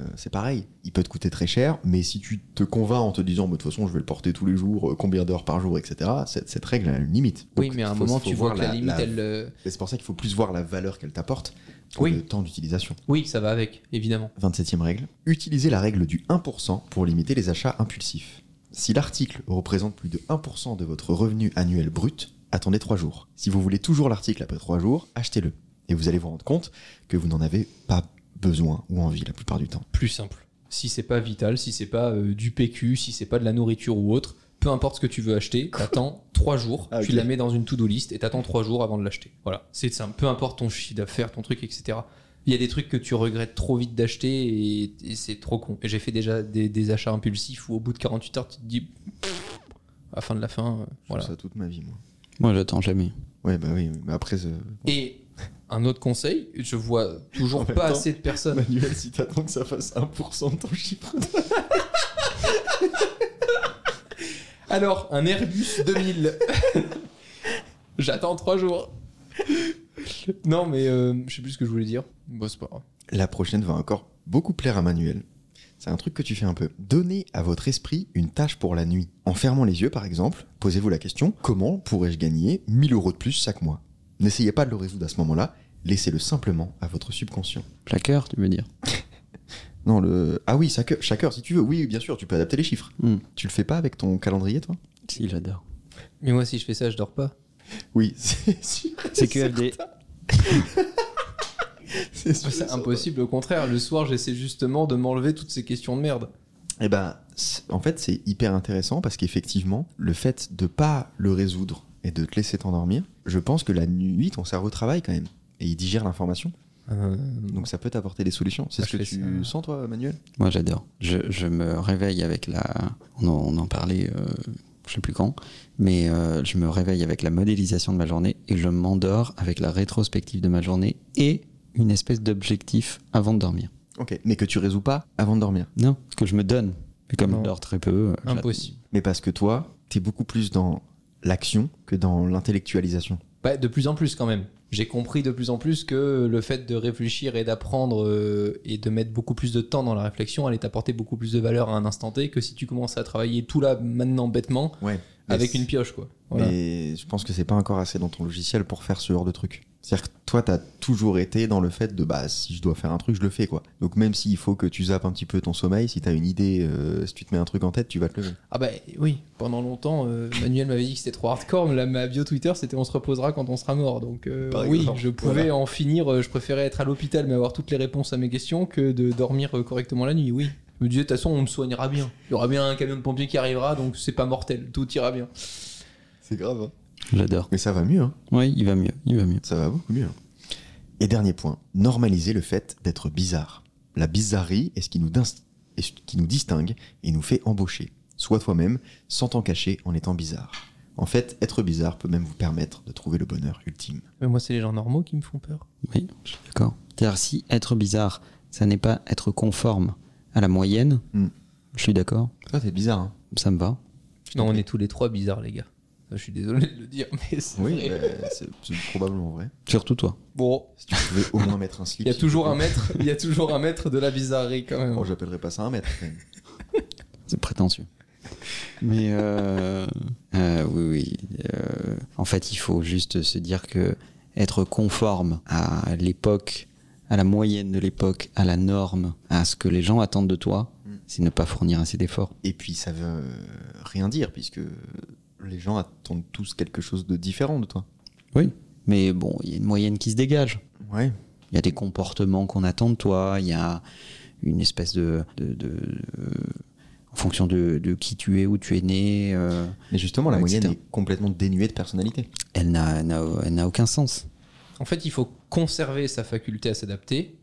A: euh, c'est pareil. Il peut te coûter très cher, mais si tu te convaincs en te disant, Bah, de toute façon, je vais le porter tous les jours, euh, combien d'heures par jour, etc., cette, cette règle a une limite.
B: Oui,
A: Donc,
B: mais à un
A: faut-
B: moment,
A: faut
B: tu vois que la, limite,
A: la-
B: elle. euh,
A: Et C'est pour ça qu'il faut plus voir la valeur qu'elle t'apporte que
B: Oui.
A: le temps d'utilisation.
B: Oui, ça va avec, évidemment.
A: 27e règle. Utiliser la règle du 1% pour limiter les achats impulsifs. Si l'article représente plus de 1% de votre revenu annuel brut, attendez 3 jours. Si vous voulez toujours l'article après 3 jours, achetez-le. Et vous allez vous rendre compte que vous n'en avez pas besoin ou envie la plupart du temps.
B: Plus simple. Si c'est pas vital, si c'est pas euh, du PQ, si c'est pas de la nourriture ou autre, peu importe ce que tu veux acheter, t'attends trois jours,
A: Ah,
B: tu
A: ok.
B: la mets dans une to-do list et t'attends trois jours avant de l'acheter. Voilà, c'est simple. Peu importe ton chiffre d'affaires, ton truc, etc. Il y a des trucs que tu regrettes trop vite d'acheter et, et c'est trop con. Et J'ai fait déjà des, des achats impulsifs où au bout de 48 heures, tu te dis, à la fin de la fin, euh, voilà.
A: Ça toute ma vie, moi.
C: Moi, j'attends jamais.
A: Ouais, bah oui, oui, mais après, ce...
B: Et un autre conseil, je vois toujours
A: En même
B: pas
A: temps,
B: assez de personnes
A: Manuel, si t'attends que ça fasse 1% de ton chiffre.
B: Alors, un Airbus 2000. J'attends trois jours. Non, mais euh, je sais plus ce que je voulais dire. Bon, c'est pas grave.
A: La prochaine va encore beaucoup plaire à Manuel. C'est un truc que tu fais un peu. Donnez à votre esprit une tâche pour la nuit. En fermant les yeux, par exemple, posez-vous la question comment pourrais-je gagner 1000 euros de plus chaque mois N'essayez pas de le résoudre à ce moment-là, laissez-le simplement à votre subconscient.
C: Plaqueur, tu veux dire
A: Non, le. Ah oui, chaque heure, chaque heure, si tu veux. Oui, bien sûr, tu peux adapter les chiffres.
C: Hmm.
A: Tu le fais pas avec ton calendrier, toi
C: Si, j'adore.
B: Mais moi, si je fais ça, je dors pas.
A: Oui, c'est sûr.
C: C'est QFD.
A: C'est sûr,
B: C'est
A: certain.
B: impossible, au contraire. Le soir, j'essaie justement de m'enlever toutes ces questions de merde.
A: Eh ben, c'est- en fait, c'est hyper intéressant parce qu'effectivement, le fait de pas le résoudre et de te laisser t'endormir, je pense que la nuit, ton cerveau travaille quand même et il digère l'information. Donc ça peut t'apporter des solutions. C'est
B: Ah,
A: ce que
B: je fais
A: tu
B: ça.
A: sens, toi, Manuel
C: Moi, j'adore. Je, je me réveille avec la. On en, on en parlait, euh, je sais plus quand, mais euh, je me réveille avec la modélisation de ma journée et je m'endors avec la rétrospective de ma journée et une espèce d'objectif avant de dormir.
A: Ok. Mais que tu résous pas avant de dormir.
C: Non, ce que je me donne. Et comme
B: Non.
C: je dors très peu, euh, j'attends.
B: Impossible.
A: Mais parce que toi, t'es beaucoup plus dans l'action que dans l'intellectualisation.
B: Bah, de plus en plus, quand même. J'ai compris de plus en plus que le fait de réfléchir et d'apprendre euh, et de mettre beaucoup plus de temps dans la réflexion allait t'apporter beaucoup plus de valeur à un instant T que si tu commences à travailler tout là, maintenant, bêtement,
A: Ouais.
B: avec une pioche, quoi. Voilà.
A: Mais je pense que c'est pas encore assez dans ton logiciel pour faire ce genre de truc. C'est-à-dire que toi, t'as toujours été dans le fait de bah si je dois faire un truc, je le fais quoi. Donc même s'il faut que tu zappes un petit peu ton sommeil, si t'as une idée, euh, si tu te mets un truc en tête, tu vas te lever.
B: Ah bah oui, pendant longtemps, euh, Manuel m'avait dit que c'était trop hardcore, mais là, ma bio Twitter, c'était on se reposera quand on sera mort. Donc euh,
A: Par
B: oui,
A: exemple,
B: je pouvais
A: voilà.
B: en finir, euh, je préférais être à l'hôpital mais avoir toutes les réponses à mes questions que de dormir euh, correctement la nuit, oui. Je me disais, de toute façon, on me soignera bien. Il y aura bien un camion de pompiers qui arrivera, donc c'est pas mortel, tout ira bien.
A: C'est grave. hein.
C: J'adore.
A: Mais ça va mieux, hein.
C: Oui, il va mieux. Il va mieux.
A: ça va beaucoup mieux. hein. Et dernier point, normaliser le fait d'être bizarre. La bizarrerie est ce qui nous, dins- est ce qui nous distingue et nous fait embaucher. Sois toi-même, sans t'en cacher en étant bizarre. En fait, être bizarre peut même vous permettre de trouver le bonheur ultime.
B: Mais moi, c'est les gens normaux qui me font peur.
C: Oui, je suis d'accord. C'est-à-dire, si être bizarre, ça n'est pas être conforme à la moyenne,
A: Hmm.
C: je suis d'accord,
A: Toi, t'es bizarre, hein
C: ça me va.
B: Non, on est tous les trois bizarres, les gars. Ça, Je suis désolé de le dire, mais c'est
A: Oui,
B: vrai.
A: bah, c'est c'est probablement vrai.
C: Surtout toi.
B: Bon,
A: Si tu pouvais au moins mettre un slip.
B: il y a
A: si
B: toujours
A: tu
B: un
A: pouvais.
B: maître, il y a toujours un maître de la bizarrerie quand même.
A: Oh, j'appellerais pas ça un mètre. quand même.
C: C'est prétentieux. Mais euh, euh, oui, oui. euh, en fait, il faut juste se dire que être conforme à l'époque, à la moyenne de l'époque, à la norme, à ce que les gens attendent de toi, c'est ne pas fournir assez d'efforts.
A: Et puis, ça veut euh, rien dire, puisque les gens attendent tous quelque chose de différent de toi.
C: Oui. Mais bon, il y a une moyenne qui se dégage.
A: Ouais.
C: Il y a des comportements qu'on attend de toi, il y a une espèce de. de- de- euh, en fonction de, de qui tu es, où tu es né, euh,
A: Mais justement, la
C: Ouais,
A: moyenne
C: etc.
A: est complètement dénuée de personnalité.
C: elle n'a- elle n'a elle n'a aucun sens.
B: En fait, il faut conserver sa faculté à s'adapter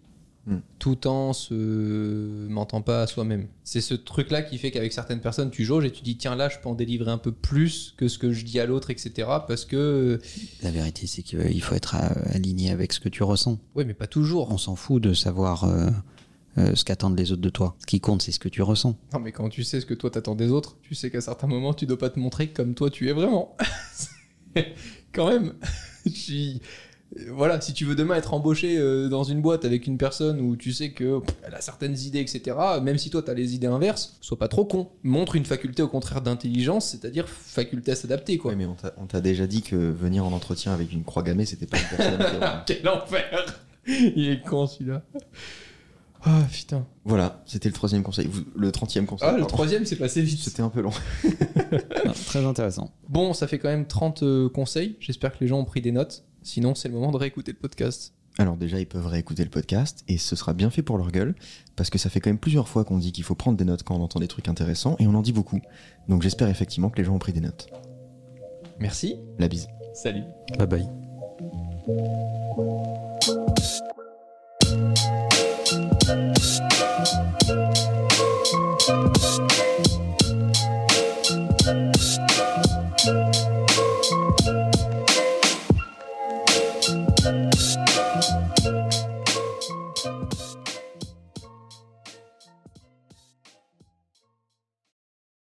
A: Hmm.
B: tout en se mentant pas à soi-même. C'est ce truc-là qui fait qu'avec certaines personnes, tu jauges et tu dis tiens là, je peux en délivrer un peu plus que ce que je dis à l'autre, etc. Parce que
C: La vérité, c'est qu'il faut être euh, aligné euh, avec ce que tu ressens.
B: ouais, mais pas toujours.
C: On s'en fout de savoir euh, euh, ce qu'attendent les autres de toi. Ce qui compte, c'est ce que tu ressens.
B: Non, mais quand tu sais ce que toi t'attends des autres, tu sais qu'à certains moments, tu dois pas te montrer comme toi tu es vraiment. quand même. tu- Voilà, si tu veux demain être embauché euh, dans une boîte avec une personne où tu sais que pff, elle a certaines idées, etc., même si toi t'as les idées inverses, sois pas trop con. Montre une faculté au contraire d'intelligence, c'est-à-dire faculté à s'adapter, quoi.
A: Ouais, mais on t'a- on t'a déjà dit que venir en entretien avec une croix gammée, c'était pas une personnalité.
B: Quel enfer Il est con celui-là. Ah putain.
A: voilà, c'était le troisième conseil. Vous- le trentième conseil.
B: Ah, le
A: pardon.
B: troisième, c'est passé vite.
A: C'était un peu long.
C: Ah, très intéressant.
B: Bon, ça fait quand même 30 euh, conseils. J'espère que les gens ont pris des notes. Sinon, c'est le moment de réécouter le podcast.
A: Alors déjà, ils peuvent réécouter le podcast et ce sera bien fait pour leur gueule parce que ça fait quand même plusieurs fois qu'on dit qu'il faut prendre des notes quand on entend des trucs intéressants et on en dit beaucoup. Donc j'espère effectivement que les gens ont pris des notes.
B: Merci.
A: La bise.
B: Salut.
C: Bye bye.